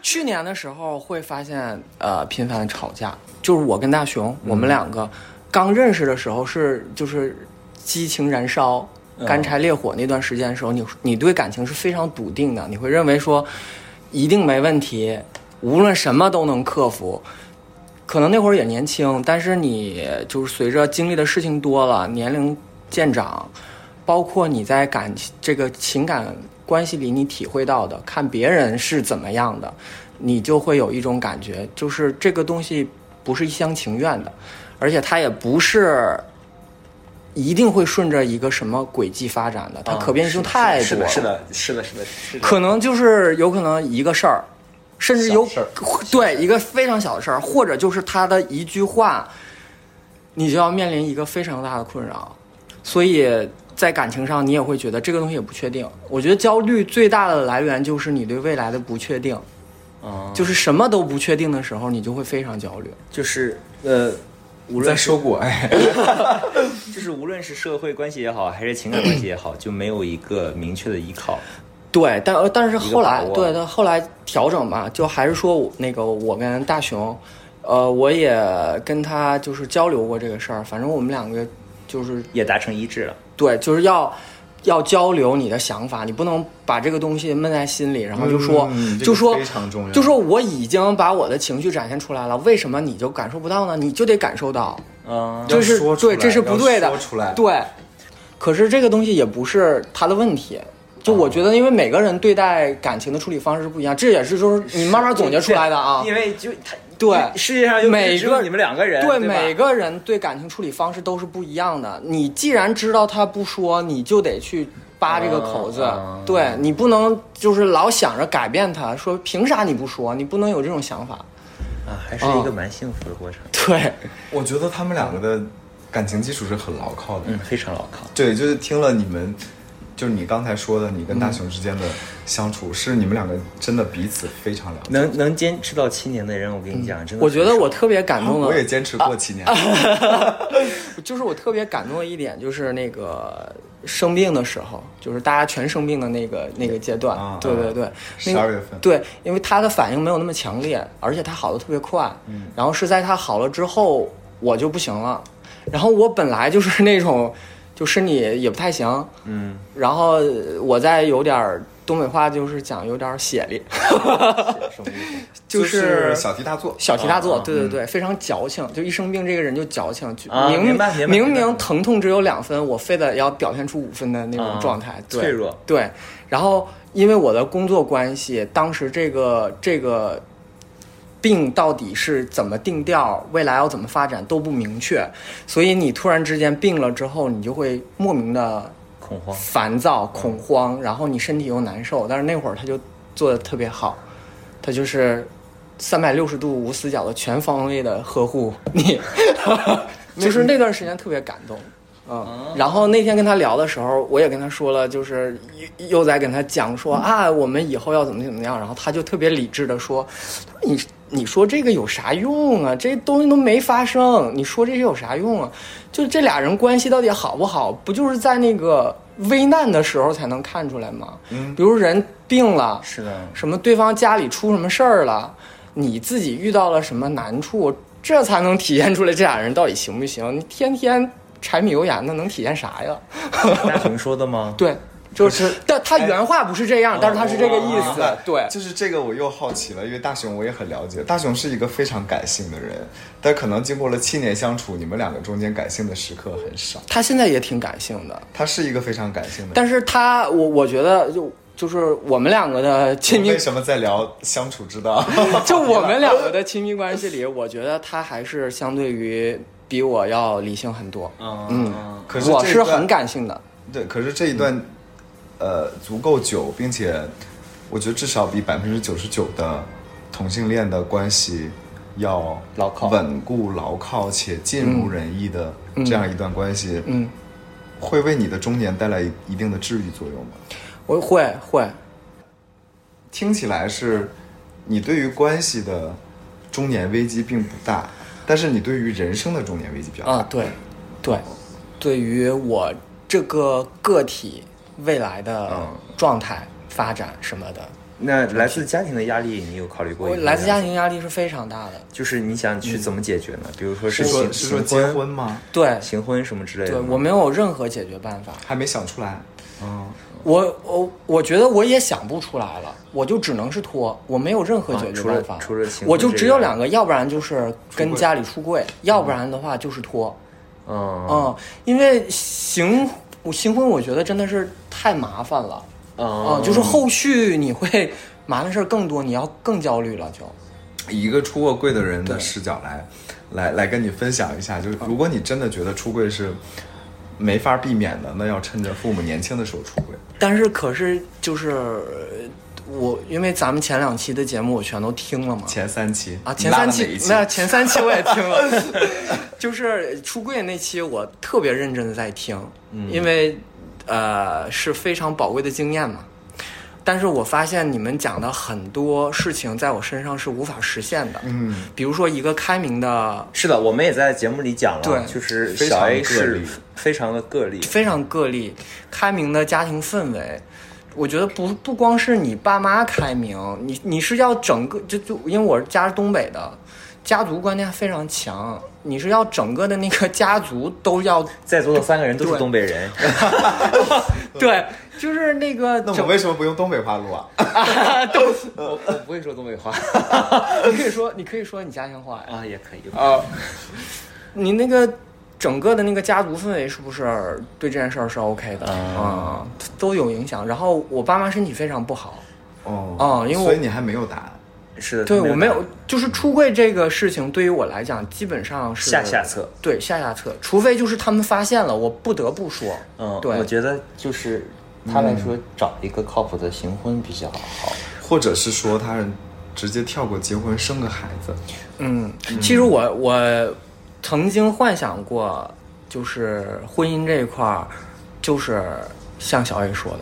Speaker 3: 去年的时候会发现，呃，频繁的吵架。就是我跟大熊，我们两个刚认识的时候是就是激情燃烧、干柴烈火那段时间的时候，你你对感情是非常笃定的，你会认为说一定没问题，无论什么都能克服。可能那会儿也年轻，但是你就是随着经历的事情多了，年龄渐长，包括你在感情这个情感关系里，你体会到的，看别人是怎么样的，你就会有一种感觉，就是这个东西不是一厢情愿的，而且它也不是一定会顺着一个什么轨迹发展的，它可变性太
Speaker 2: 啊
Speaker 3: 多
Speaker 2: 是
Speaker 3: 了。
Speaker 2: 的，是的，是的，是的，是的。
Speaker 3: 可能就是有可能一个事儿，甚至有
Speaker 1: 小事儿
Speaker 3: 对一个非常小的事儿，或者就是他的一句话，你就要面临一个非常大的困扰，所以在感情上你也会觉得这个东西也不确定。我觉得焦虑最大的来源就是你对未来的不确定，
Speaker 2: 啊，
Speaker 3: 就是什么都不确定的时候，你就会非常焦虑。
Speaker 2: 就是呃，无
Speaker 1: 在
Speaker 2: 论是
Speaker 1: 说过哎，
Speaker 2: 就是无论是社会关系也好，还是情感关系也好，就没有一个明确的依靠。
Speaker 3: 对，但呃但是后来
Speaker 2: 一个把，握
Speaker 3: 对，但后来调整嘛，就还是说我那个我跟大熊，呃，我也跟他就是交流过这个事儿，反正我们两个就是
Speaker 2: 也达成一致了，
Speaker 3: 对，就是要要交流你的想法，你不能把这个东西闷在心里，然后就说、
Speaker 1: 嗯这
Speaker 3: 就
Speaker 1: 个
Speaker 3: 说
Speaker 1: 非常重要，
Speaker 3: 就说我已经把我的情绪展现出来了，为什么你就感受不到呢？你就得感受到，
Speaker 2: 嗯，
Speaker 3: 这是
Speaker 1: 要说出来
Speaker 3: 对，这是不对的。
Speaker 1: 要说出来，
Speaker 3: 对，可是这个东西也不是他的问题。就
Speaker 2: 嗯
Speaker 3: 我觉得，因为每个人对待感情的处理方式不一样，这也是就是你慢慢总结出来的啊。
Speaker 2: 因为就他
Speaker 3: 对
Speaker 2: 世界上又不是
Speaker 3: 每
Speaker 2: 只有
Speaker 3: 个
Speaker 2: 你们两个人，
Speaker 3: 对
Speaker 2: 对
Speaker 3: 每
Speaker 2: 个
Speaker 3: 个人对感情处理方式都是不一样的。你既然知道他不说，你就得去扒这个口子。
Speaker 2: 嗯嗯
Speaker 3: 对你不能就是老想着改变他，说凭啥你不说？你不能有这种想法。
Speaker 2: 啊，还是一个蛮幸福的过程，
Speaker 3: 对，
Speaker 1: 我觉得他们两个的感情基础是很牢靠的。
Speaker 2: 嗯，非常牢靠。
Speaker 1: 对，就是听了你们，就是你刚才说的，你跟大熊之间的相处，是你们两个真的彼此非常了解。
Speaker 2: 能能坚持到七年的人，我跟你讲，真的
Speaker 3: 嗯我
Speaker 2: 很少，
Speaker 3: 觉得我特别感动的。
Speaker 1: 我也坚持过七年，
Speaker 3: 就是我特别感动的一点，就是那个生病的时候，就是大家全生病的那个那个阶段，
Speaker 1: 啊
Speaker 3: 对对对，那
Speaker 1: 十
Speaker 3: 个
Speaker 1: 二月份，
Speaker 3: 对，因为他的反应没有那么强烈，而且他好的特别快，
Speaker 1: 嗯
Speaker 3: 然后是在他好了之后，我就不行了，然后我本来就是 那种就身体也不太行，
Speaker 2: 嗯，
Speaker 3: 然后我再有点儿东北话就是讲有点儿血力，
Speaker 2: 什么意思？
Speaker 3: 就
Speaker 1: 就是小题大做。
Speaker 3: 小题大做，
Speaker 2: 啊啊
Speaker 3: 对对对，非常矫情。就一生病，这个人就矫情，就
Speaker 2: 啊
Speaker 3: 明
Speaker 2: 明白明白
Speaker 3: 明
Speaker 2: 明
Speaker 3: 明
Speaker 2: 白
Speaker 3: 疼痛只有两分，我非得要表现出五分的那种
Speaker 2: 啊
Speaker 3: 状态，对
Speaker 2: 脆弱
Speaker 3: 对。然后因为我的工作关系，当时这个这个病到底是怎么定调，未来要怎么发展都不明确，所以你突然之间病了之后，你就会莫名的
Speaker 2: 恐慌，
Speaker 3: 烦躁、恐慌，然后你身体又难受。但是那会儿他就做的特别好，他就是三百六十度无死角的全方位的呵护你，就是那段时间特别感动。嗯，然后那天跟他聊的时候，我也跟他说了，就是又又在跟他讲说啊，我们以后要怎么怎么样，然后他就特别理智的说，你你说这个有啥用啊？这东西都没发生，你说这些有啥用啊？就这俩人关系到底好不好，不就是在那个危难的时候才能看出来吗？
Speaker 1: 嗯
Speaker 3: 比如人病了，
Speaker 2: 是的，
Speaker 3: 什么对方家里出什么事儿了，你自己遇到了什么难处，这才能体现出来这俩人到底行不行。你天天柴米油盐的，能体现啥呀？
Speaker 2: 大熊说的吗？
Speaker 3: 对，就是，但他
Speaker 1: 哎
Speaker 3: 原话不是这
Speaker 1: 哦
Speaker 3: 样，但是他是这个意
Speaker 1: 明
Speaker 3: 思
Speaker 1: 白，
Speaker 3: 对。
Speaker 1: 哦啊就是这个我又好奇了，因为大熊我也很了解，大熊是一个非常感性的人，但可能经过了七年相处，你们两个中间感性的时刻很少。
Speaker 3: 他现在也挺感性的，
Speaker 1: 他是一个非常感性的人。
Speaker 3: 但是他，我我觉得就就是我们两个的亲密
Speaker 1: 为什么在聊相处之道？
Speaker 3: 就我们两个的亲密关系里，我觉得他还是相对于比我要理性很多。
Speaker 2: 嗯，
Speaker 1: 可是
Speaker 3: 我
Speaker 1: 这一
Speaker 3: 是
Speaker 1: 段
Speaker 3: 很感性的，
Speaker 1: 对，可是这一段，呃，足够久，并且我觉得至少比百分之九十九的同性恋的关系要
Speaker 2: 牢靠
Speaker 1: 稳固、牢靠且尽如人意的这样一段关系，
Speaker 3: 嗯，
Speaker 1: 会为你的中年带来一定的治愈作用吗？
Speaker 3: 我会会，
Speaker 1: 听起来是，你对于关系的中年危机并不大，但是你对于人生的中年危机比较大。
Speaker 3: 啊，对，对，对于我这个个体未来的
Speaker 1: 嗯
Speaker 3: 状态发展什么的，
Speaker 2: 那来自家庭的压力，你有考虑过
Speaker 3: 我
Speaker 2: 一个
Speaker 3: 来自家
Speaker 2: 样子
Speaker 3: 庭压力是非常大的。
Speaker 2: 吗，就是你想去怎么解决呢？比如说
Speaker 1: 是
Speaker 2: 行
Speaker 1: 说，是说结婚吗？
Speaker 3: 对，
Speaker 2: 行婚什么之类
Speaker 3: 对
Speaker 2: 的吗。
Speaker 3: 我没有任何解决办法。
Speaker 1: 还没想出来。嗯，
Speaker 3: 我我我觉得我也想不出来了，我就只能是拖，我没有任何解决办法，
Speaker 2: 啊除了除了情
Speaker 3: 我就
Speaker 2: 这个
Speaker 3: 只有两个，要不然就是跟家里出柜，要不然的话就是拖，
Speaker 2: 嗯
Speaker 3: 嗯，因为行我行婚，我觉得真的是太麻烦了，啊、
Speaker 2: 嗯
Speaker 3: 就是后续你会麻烦事儿更多，你要更焦虑了就，
Speaker 1: 以一个出过柜的人的视角来，来来跟你分享一下，就是如果你真的觉得出柜是没法避免的，那要趁着父母年轻的时候出柜。
Speaker 3: 但是可是就是呃我因为咱们前两期的节目我全都听了嘛，
Speaker 1: 前三期
Speaker 3: 啊，前三
Speaker 1: 你
Speaker 3: 期
Speaker 1: 拉
Speaker 3: 没有
Speaker 1: 了哪一期
Speaker 3: 前三期我也听 了，就是出柜那期我特别嗯认真的在听，因为呃是非常宝贵的经验嘛。但是我发现你们讲的很多事情在我身上是无法实现的。
Speaker 1: 嗯，
Speaker 3: 比如说一个开明的、
Speaker 2: 是的，我们也在节目里讲了，
Speaker 3: 对
Speaker 2: 就是
Speaker 1: 非
Speaker 2: 小
Speaker 1: 常
Speaker 2: A
Speaker 1: 个
Speaker 2: 是
Speaker 1: 例
Speaker 2: 非常的个例，
Speaker 3: 非常个例、开明的家庭氛围，我觉得不不光是你爸妈开明，你你是要整个就就因为我是家是东北的，家族观念非常强，你是要整个的那个家族都 要
Speaker 2: 在座的三个人都是
Speaker 3: 对
Speaker 2: 东北人，
Speaker 3: 对，就是那个
Speaker 1: 那我
Speaker 3: 整
Speaker 1: 为什么不用东北话录啊？
Speaker 2: 我我不会说东北话
Speaker 3: 你可以说你可以说你家乡话 呀。
Speaker 2: 啊，也可以。
Speaker 3: 啊，你那个整个的那个家族氛围是不是对这件事儿是 OK 的啊、都有影响。然后我爸妈身体非常不好，
Speaker 1: 哦
Speaker 3: 哦因为我
Speaker 1: 所以你还没有答案。
Speaker 2: 是的，
Speaker 3: 对
Speaker 2: 他
Speaker 3: 我没有
Speaker 2: 办法，
Speaker 3: 就是出柜这个事情对于我来讲，基本上是
Speaker 2: 下下策。
Speaker 3: 对下下策，除非就是他们发现了，我不得不说，
Speaker 2: 嗯，
Speaker 3: 对
Speaker 2: 我觉得就是他来说找一个靠谱的行婚比较好。
Speaker 1: 或者是说他人直接跳过结婚生个孩子，
Speaker 3: 嗯，其实我我曾经幻想过，就是婚姻这一块儿，就是像小 A 说的，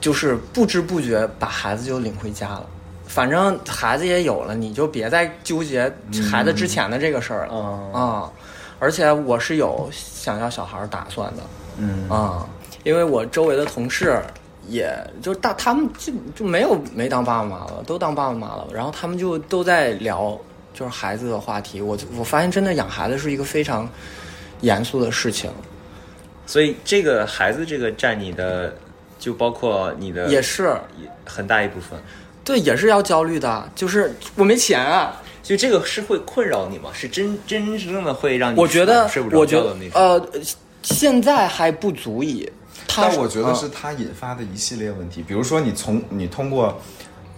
Speaker 3: 就是不知不觉把孩子就领回家了。反正孩子也有了，你就别再纠结孩子之前的这个事儿了
Speaker 2: 嗯
Speaker 3: 啊、而且我是有想要小孩儿打算的，
Speaker 2: 嗯，
Speaker 3: 啊、因为我周围的同事也就大，他们就就没有没当爸爸妈妈了，都当爸爸妈妈了，然后他们就都在聊就是孩子的话题。我就我发现真的养孩子是一个非常严肃的事情，
Speaker 2: 所以这个孩子这个占你的，就包括你的
Speaker 3: 也是
Speaker 2: 也很大一部分。
Speaker 3: 对，也是要焦虑的，就是我没钱啊。
Speaker 2: 所以这个是会困扰你吗？是真真正的会让你
Speaker 3: 我觉得
Speaker 2: 嗯睡不，着
Speaker 3: 我觉
Speaker 2: 觉
Speaker 3: 得
Speaker 2: 的那种。
Speaker 3: 呃，现在还不足以。他
Speaker 1: 但我觉得
Speaker 3: 嗯
Speaker 1: 是他引发的一系列问题，比如说你从你通过，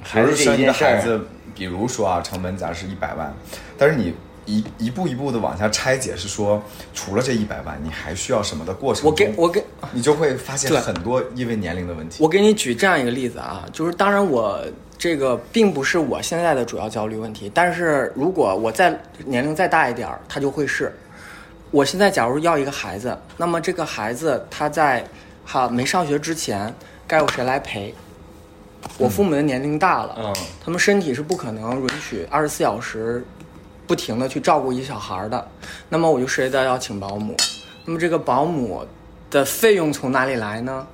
Speaker 1: 比
Speaker 2: 孩子
Speaker 1: 如生一个
Speaker 2: 这一件
Speaker 1: 孩
Speaker 2: 事
Speaker 1: 子，比如说啊，成本假设一百万，但是你一一步一步的往下拆解，是说除了这一百万，你还需要什么的过程中
Speaker 3: 我给我给
Speaker 1: 你就会发现
Speaker 3: 对
Speaker 1: 很多因为年龄的问题。
Speaker 3: 我给你举这样一个例子啊，就是当然我这个并不是我现在的主要焦虑问题，但是如果我再年龄再大一点儿，它就会是。我现在假如要一个孩子，那么这个孩子他在哈没上学之前，该有谁来陪？我父母的年龄大了，
Speaker 2: 嗯
Speaker 3: 他们身体是不可能允许二十四小时不停的去照顾一小孩儿的，那么我就涉及到要请保姆，那么这个保姆的费用从哪里来呢？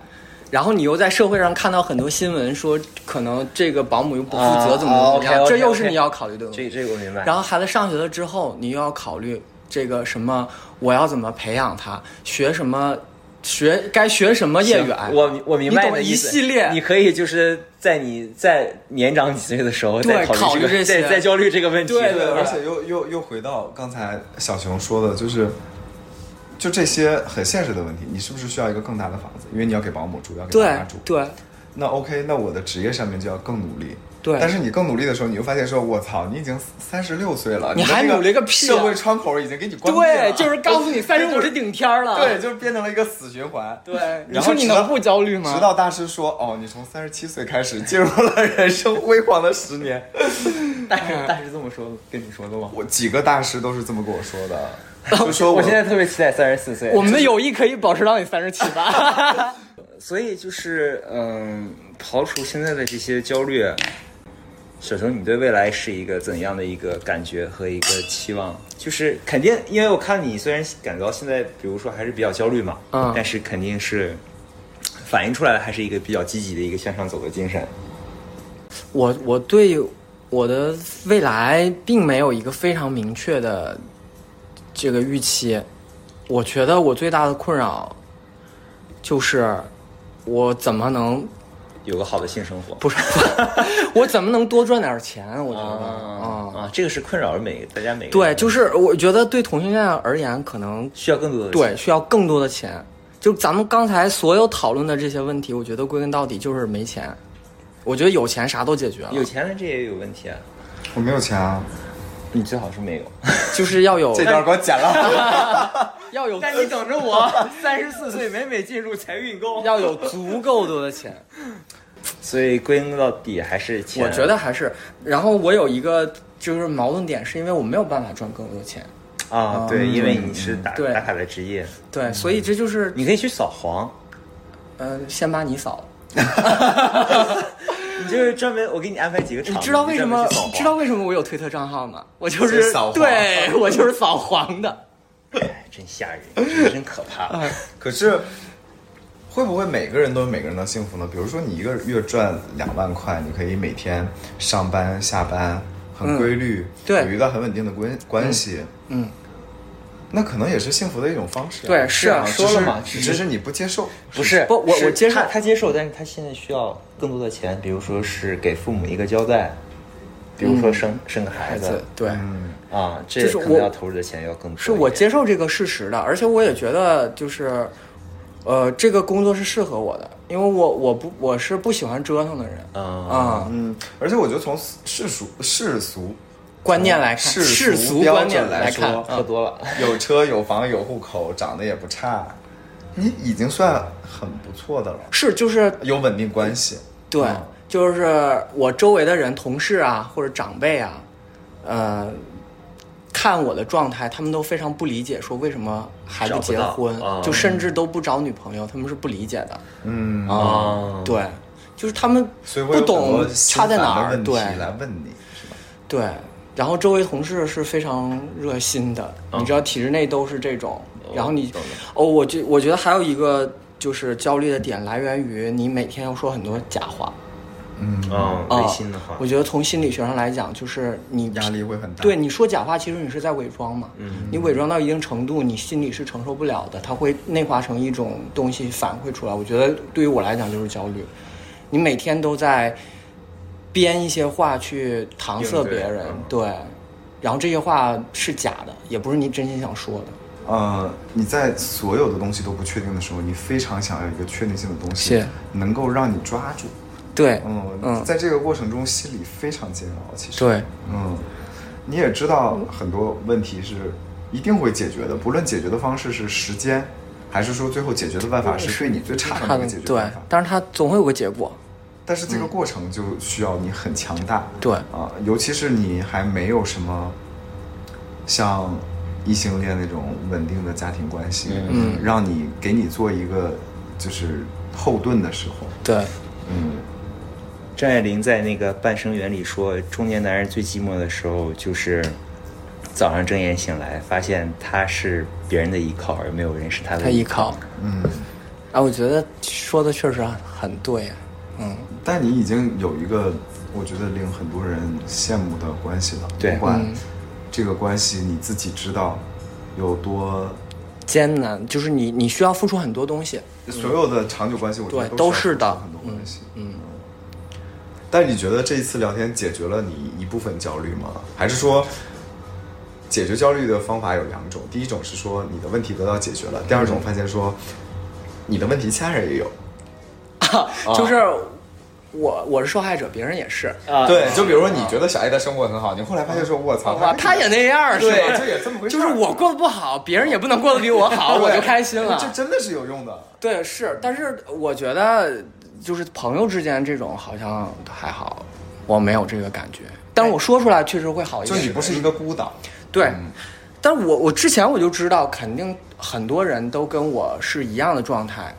Speaker 3: 然后你又在社会上看到很多新闻说，可能这个保姆又不负责，
Speaker 2: 啊
Speaker 3: 怎么怎么样，
Speaker 2: ，OK，OK，OK
Speaker 3: 这又是你要考虑的问题。
Speaker 2: 这这个我明白。
Speaker 3: 然后孩子上学了之后，你又要考虑这个什么，我要怎么培养他，学什么，学该学什么业余爱好。
Speaker 2: 我我明白你
Speaker 3: 你懂
Speaker 2: 的意
Speaker 3: 一
Speaker 2: 思
Speaker 3: 系列
Speaker 2: 你可以就是在你在年长几岁的时候再
Speaker 3: 对
Speaker 2: 考虑
Speaker 3: 考虑
Speaker 2: 这
Speaker 3: 这
Speaker 2: 个，
Speaker 3: 些
Speaker 2: 再再焦虑这个问题。
Speaker 3: 对
Speaker 1: 对，
Speaker 3: 对
Speaker 1: 而且又又又回到刚才小熊说的，就是就这些很现实的问题，你是不是需要一个更大的房子？因为你要给保姆住，要给爸
Speaker 3: 对
Speaker 1: 妈住。
Speaker 3: 对
Speaker 1: 那 OK，那我的职业上面就要更努力。
Speaker 3: 对
Speaker 1: 但是你更努力的时候，你就发现说，我操，你已经三十六岁了，
Speaker 3: 你
Speaker 1: 的
Speaker 3: 还
Speaker 1: 那
Speaker 3: 努力个屁啊
Speaker 1: 社会窗口已经给你关闭
Speaker 3: 对，
Speaker 1: 了
Speaker 3: 就是告诉你三 十五是顶天儿了。
Speaker 1: 啊对，就是变成了一个死循环。
Speaker 3: 对，你
Speaker 1: 然后
Speaker 3: 说你
Speaker 1: 直到
Speaker 3: 能不焦虑吗？
Speaker 1: 直到大师说，哦，你从三十七岁开始进入了人生辉煌的十 年。
Speaker 2: 大师大师这么说跟你说的吗？
Speaker 1: 我几个大师都是这么跟我说的，
Speaker 3: 哦
Speaker 1: 就说
Speaker 2: 我现在特别期待三十四岁。
Speaker 3: 我们的友谊可以保持到你三十七 吧。
Speaker 2: 所以就是嗯，刨除现在的这些焦虑，小熊，你对未来是一个怎样的一个感觉和一个期望？就是肯定，因为我看你虽然感到现在，比如说还是比较焦虑嘛，
Speaker 3: 嗯
Speaker 2: 但是肯定是反映出来的还是一个比较积极的一个向上走的精神。
Speaker 3: 我我对我的未来并没有一个非常明确的这个预期。我觉得我最大的困扰就是我怎么能
Speaker 2: 有个好的性生活。
Speaker 3: 不是 我怎么能多赚点钱？我觉得
Speaker 2: 啊
Speaker 3: 啊、
Speaker 2: 啊，这个是困扰每个大家每个人
Speaker 3: 对，就是我觉得对同性恋而言，可能
Speaker 2: 需要更多的
Speaker 3: 对，需要更多的钱。就咱们刚才所有讨论的这些问题，我觉得归根到底就是没钱。我觉得有钱啥都解决了，
Speaker 2: 有钱了这也有问题啊，
Speaker 1: 我没有钱啊，
Speaker 2: 你最好是没有。
Speaker 3: 就是要有
Speaker 1: 这段给我剪了。
Speaker 3: 要有
Speaker 2: 但你等着 我三十四岁每每进入财运沟，
Speaker 3: 要有足够多的钱。
Speaker 2: 所以归根到底还是钱。
Speaker 3: 我觉得还是，然后我有一个就是矛盾点，是因为我没有办法赚更多的钱。
Speaker 2: 啊，
Speaker 3: 嗯
Speaker 2: 对，因为你是打
Speaker 3: 对
Speaker 2: 打卡的职业，
Speaker 3: 对，所以这就是
Speaker 2: 你可以去扫黄。
Speaker 3: 嗯、呃先把你扫了。
Speaker 2: 你就是专门我给你安排几个场
Speaker 3: 你
Speaker 2: 地，
Speaker 3: 知道为什么
Speaker 2: 专门去扫黄
Speaker 3: 知道为什么我有推特账号吗？我就
Speaker 1: 就是是扫黄
Speaker 3: 对我就是扫黄的。
Speaker 2: 哎真吓人，真真可怕。
Speaker 3: 哎
Speaker 1: 可是，会不会每个人都有每个人的幸福呢？比如说，你一个月赚两万块，你可以每天上班下班很规律，
Speaker 3: 嗯对
Speaker 1: 有一个很稳定的关关系，
Speaker 3: 嗯，
Speaker 1: 那可那可能也是幸福的一种方式啊、
Speaker 3: 对是啊
Speaker 1: 啊，
Speaker 3: 说了嘛只
Speaker 1: 只是
Speaker 3: 是
Speaker 1: 只是你不接受，
Speaker 2: 不是，
Speaker 3: 不我
Speaker 2: 是
Speaker 3: 我接受
Speaker 2: 他他接受，但是他现在需要更多的钱，比如说是给父母一个交代，比如说生、生个孩
Speaker 3: 嗯孩
Speaker 2: 子
Speaker 3: 子，对，
Speaker 1: 嗯，
Speaker 2: 啊，这
Speaker 3: 就是
Speaker 2: 可能
Speaker 3: 我
Speaker 2: 要投入的钱要更多一点。
Speaker 3: 是我接受这个事实的，而且我也觉得就是，呃，这个工作是适合我的，因为我我不我是不喜欢折腾的人
Speaker 2: 啊
Speaker 3: 啊、
Speaker 1: 嗯，而且我觉得从世俗世俗
Speaker 3: 观念来看，
Speaker 1: 世俗
Speaker 3: 世俗
Speaker 1: 标
Speaker 3: 观
Speaker 1: 准
Speaker 3: 念
Speaker 1: 来
Speaker 3: 看
Speaker 1: 说，嗯
Speaker 2: 喝多了，
Speaker 1: 有车有房有户口，长得也不差，你已经算很不错的了，
Speaker 3: 是就是
Speaker 1: 有稳定关系，
Speaker 3: 对，
Speaker 1: 嗯
Speaker 3: 就是我周围的人，同事啊或者长辈啊，呃，看我的状态，他们都非常不理解，说为什么还不结婚，
Speaker 2: 找不到啊
Speaker 3: 就甚至都不找女朋友，他们是不理解的。
Speaker 1: 嗯
Speaker 2: 啊
Speaker 3: 对，就是他们
Speaker 1: 所以我
Speaker 3: 不
Speaker 1: 有很
Speaker 3: 懂
Speaker 1: 多心
Speaker 3: 差在哪儿。
Speaker 1: 烦的问题
Speaker 3: 对
Speaker 1: 来问你，是吧？
Speaker 3: 对，然后周围同事是非常热心的，你知道体制内都是这种。然后你
Speaker 1: 嗯懂了
Speaker 3: 哦，我觉我觉得还有一个就是焦虑的点来源于你每天要说很多假话。
Speaker 1: 嗯
Speaker 2: 啊，
Speaker 3: 啊
Speaker 2: 违心的话
Speaker 3: 我，觉得从心理学上来讲，就是你
Speaker 1: 压力会很大。
Speaker 3: 对，你说假话，其实你是在伪装嘛。嗯，你伪装到一定程度，你心里是承受不了的，它会内化成一种东西反馈出来。我觉得对于我来讲就是焦虑，你每天都在编一些话去搪塞
Speaker 2: 应对
Speaker 3: 别人
Speaker 2: 嗯，
Speaker 3: 对，然后这些话是假的，也不是你真心想说的。
Speaker 1: 呃，你在所有的东西都不确定的时候，你非常想要一个确定性的东西，
Speaker 3: 是
Speaker 1: 能够让你抓住。
Speaker 3: 对，
Speaker 1: 嗯，
Speaker 3: 嗯
Speaker 1: 在这个过程中，心里非常煎熬。其实，
Speaker 3: 对，
Speaker 1: 嗯，你也知道很多问题是一定会解决的，不论解决的方式是时间，还是说最后解决的办法是对你最差的那个解决
Speaker 3: 嗯对嗯
Speaker 1: 办法，。
Speaker 3: 但是它总会有个结果。
Speaker 1: 但是这个过程就需要你很强大。
Speaker 3: 对
Speaker 1: 啊，尤其是你还没有什么像异性恋那种稳定的家庭关系，
Speaker 3: 嗯
Speaker 1: 让你给你做一个就是后盾的时候，
Speaker 3: 对，
Speaker 1: 嗯，
Speaker 2: 张爱玲在那个《半生缘》里说，中年男人最寂寞的时候就是早上睁眼醒来，发现他是别人的依靠，而没有人是他
Speaker 3: 它
Speaker 2: 的
Speaker 3: 依靠。
Speaker 1: 嗯，
Speaker 3: 啊，我觉得说的确实很对，嗯。
Speaker 1: 但你已经有一个我觉得令很多人羡慕的关系了，
Speaker 2: 对
Speaker 1: 不管
Speaker 3: 嗯
Speaker 1: 这个关系你自己知道有多。
Speaker 3: 艰难，就是你你需要付出很多东西。
Speaker 1: 所有的长久关系，我觉
Speaker 3: 对
Speaker 1: 得都
Speaker 3: 都是
Speaker 1: 是
Speaker 3: 的
Speaker 1: 很多关系。嗯，但你觉得这一次聊天解决了你一部分焦虑吗？还是说，解决焦虑的方法有两种？第一种是说你的问题得到解决了，第二种发现说，你的问题其他人也有。
Speaker 3: 就是我我是受害者，别人也是，
Speaker 2: 啊
Speaker 1: 对，就比如说你觉得小爱的生活很好，你后来发现说，我操，
Speaker 3: 哇，啊他也那样儿是
Speaker 1: 对，就
Speaker 3: 吧？
Speaker 1: 也这么回事
Speaker 3: 就
Speaker 1: 儿。
Speaker 3: 是我过得不好，别人也不能过得比我好，
Speaker 1: 对，
Speaker 3: 我就开心了。
Speaker 1: 这真的是有用的。
Speaker 3: 对，是，但是我觉得就是朋友之间这种好像还好，我没有这个感觉。但是我说出来确实会好一
Speaker 1: 就
Speaker 3: 点。
Speaker 1: 你不是一个孤岛，
Speaker 3: 对，
Speaker 1: 嗯
Speaker 3: 但我我之前我就知道，肯定很多人都跟我是一样的状态，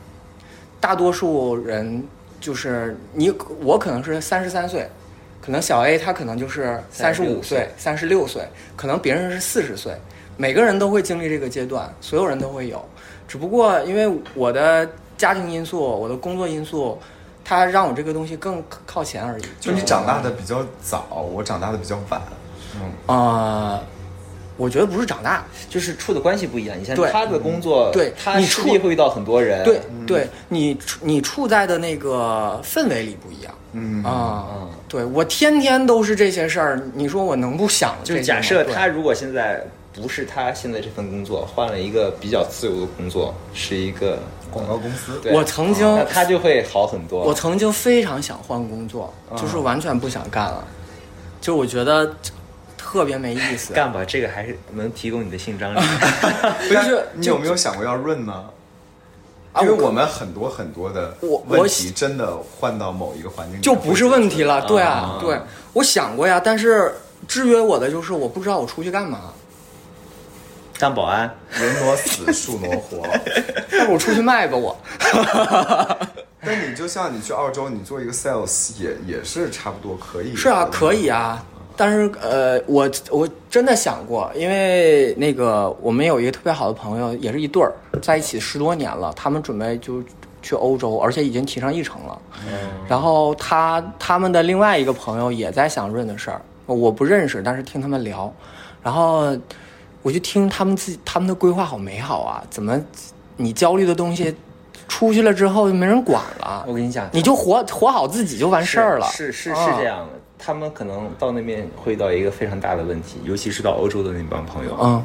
Speaker 3: 大多数人就是你，我可能是三十三岁，可能小 A 他可能就是三十五
Speaker 2: 36
Speaker 3: 岁、三十六岁，可能别人是四十岁，每个人都会经历这个阶段，所有人都会有，只不过因为我的家庭因素、我的工作因素，它让我这个东西更靠前而已。
Speaker 1: 就你长大的比较早，我长大的比较晚。嗯，
Speaker 3: 啊、我觉得不是长大，
Speaker 2: 就是处的关系不一样。你像
Speaker 3: 对
Speaker 2: 他的工作，
Speaker 3: 对
Speaker 2: 他
Speaker 3: 你
Speaker 2: 势
Speaker 3: 处
Speaker 2: 必会遇到很多人，
Speaker 3: 对对，你处你处在的那个氛围里不一样。
Speaker 1: 嗯
Speaker 3: 啊、
Speaker 2: 嗯
Speaker 3: 对我天天都是这些事儿，你说我能不想
Speaker 2: 就
Speaker 3: 这些
Speaker 2: 是假
Speaker 3: 吗？
Speaker 2: 设
Speaker 3: 对
Speaker 2: 他如果现在不是他现在这份工作，换了一个比较自由的工作，是一个
Speaker 1: 广告公司。
Speaker 2: 对啊
Speaker 3: 我曾经
Speaker 2: 那他就会好很多。
Speaker 3: 我曾经非常想换工作，
Speaker 2: 嗯
Speaker 3: 就是完全不想干了，就是我觉得特别没意 思。
Speaker 2: 干吧，这个还是能提供你的性张力。
Speaker 1: 不
Speaker 3: 是
Speaker 1: 你有没有想过要润呢？
Speaker 3: 啊
Speaker 1: 因为
Speaker 3: 我
Speaker 1: 我们很多很多的
Speaker 3: 我我
Speaker 1: 问题，真的换到某一个环境里
Speaker 3: 就不是问题了，对啊
Speaker 2: 啊，
Speaker 3: 对，我想过呀，但是制约我的就是我不知道我出去 干嘛，
Speaker 2: 当保安，
Speaker 1: 人挪死，树挪活。
Speaker 3: 要不我出去卖吧我。
Speaker 1: 但你就像你去澳洲，你做一个 sales 也也是差不多可以。
Speaker 2: 嗯
Speaker 3: 是啊，可以。啊。但是呃，我我真的想过，因为那个我们有一个特别好的朋友，也是一对儿，在一起十多年了，他们准备就去欧洲，而且已经提上议程了。
Speaker 2: 嗯
Speaker 3: 然后他他们的另外一个朋友也在想润的事儿，我不认识，但是听他们聊，然后我就听他们自己他们的规划好美好啊，怎么你焦虑的东西出去了之后就没人管了？
Speaker 2: 我跟你讲，
Speaker 3: 你就活活好自己就完事儿了。
Speaker 2: 是是是
Speaker 3: 啊
Speaker 2: 这样的。他们可能到那边会遇到一个非常大的问题，尤其是到欧洲的那帮朋友，
Speaker 3: 嗯，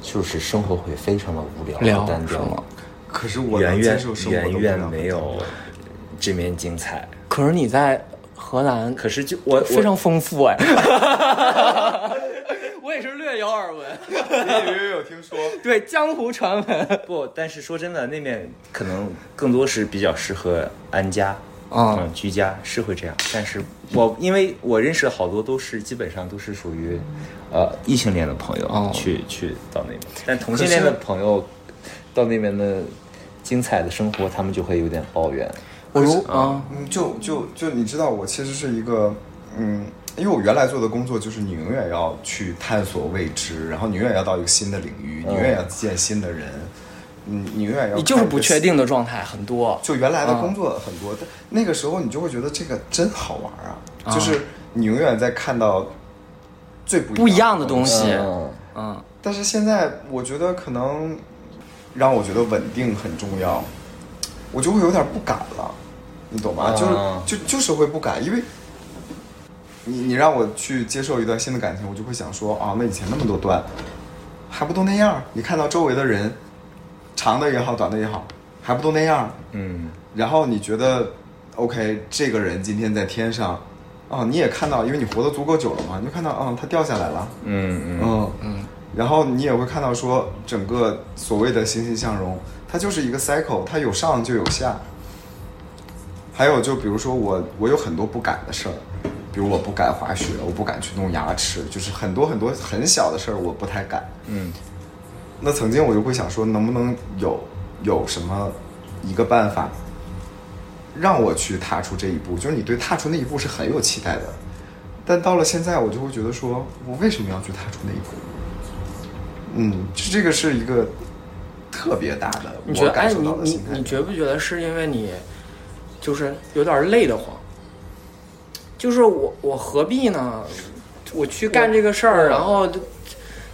Speaker 2: 就是生活会非常的无聊、
Speaker 3: 聊
Speaker 2: 单
Speaker 3: 是吗
Speaker 2: 调，
Speaker 1: 可是我
Speaker 2: 远
Speaker 1: 能接
Speaker 2: 远
Speaker 1: 受生活
Speaker 2: 远
Speaker 1: 都不
Speaker 2: 远
Speaker 1: 那么
Speaker 2: 没有这边精彩。
Speaker 3: 可是你在荷兰
Speaker 2: 可是就我
Speaker 3: 非
Speaker 2: 我
Speaker 3: 常丰富哎。 我也是略有耳闻，
Speaker 1: 隐隐约约有听说，
Speaker 3: 对江湖传闻。
Speaker 2: 不，但是说真的，那面可能更多是比较适合安家。
Speaker 3: 啊
Speaker 2: 嗯，居家是会这样，但是我因为我认识的好多都是基本上都是属于，呃，异性恋的朋友、
Speaker 3: 哦
Speaker 2: 去去到那边，但同性恋的朋友到那边的精彩的生活，他们就会有点抱怨。
Speaker 3: 我如啊，
Speaker 1: 嗯，就就就你知道，我其实是一个，嗯，因为我原来做的工作就是你永远要去探索未知，然后你永远要到一个新的领域，你永远要见新的人，嗯，你永远要
Speaker 3: 嗯你就是
Speaker 1: 看一
Speaker 3: 不
Speaker 1: 个
Speaker 3: 确
Speaker 1: 新。
Speaker 3: 定的状态很多。
Speaker 1: 就原来的
Speaker 3: 啊
Speaker 1: 工作很多，但那个时候你就会觉得这个真好玩啊，就是你永远在看到最不
Speaker 3: 不一样的
Speaker 1: 东
Speaker 3: 东
Speaker 1: 西。
Speaker 3: 西，
Speaker 2: 嗯，
Speaker 3: 嗯，
Speaker 1: 但是现在我觉得可能让我觉得稳定很重要，我就会有点不敢了，你懂吗？
Speaker 2: 啊
Speaker 1: 就是就就是会不敢，因为你你让我去接受一段新的感情，我就会想说啊，那以前那么多段，还不都那样儿？你看到周围的人，长的也好，短的也好，还不都那样儿？
Speaker 2: 嗯，
Speaker 1: 然后你觉得，OK，这个人今天在天上，哦，你也看到，因为你活得足够久了嘛，你就看到，嗯，他掉下来了，
Speaker 2: 嗯
Speaker 1: 嗯嗯，然后你也会看到说，整个所谓的欣欣向荣，它就是一个 cycle，它有上就有下。还有就比如说我，我有很多不敢的事儿，比如我不敢滑雪，我不敢去弄牙齿，就是很多很多很小的事儿我不太敢。
Speaker 2: 嗯
Speaker 1: 那曾经我就会想说，能不能有有什么一个办法，让我去踏出这一步？就是你对踏出那一步是很有期待的，但到了现在，我就会觉得说，我为什么要去踏出那一步？嗯，这这个是一个特别大的，
Speaker 3: 你觉得
Speaker 1: 我感
Speaker 3: 哎，
Speaker 1: 受
Speaker 3: 你
Speaker 1: 到的
Speaker 3: 你
Speaker 1: 心
Speaker 3: 你
Speaker 1: 态。
Speaker 3: 觉不觉得是因为你就是有点累得慌？就是我我何必呢？我去干这个事儿，然后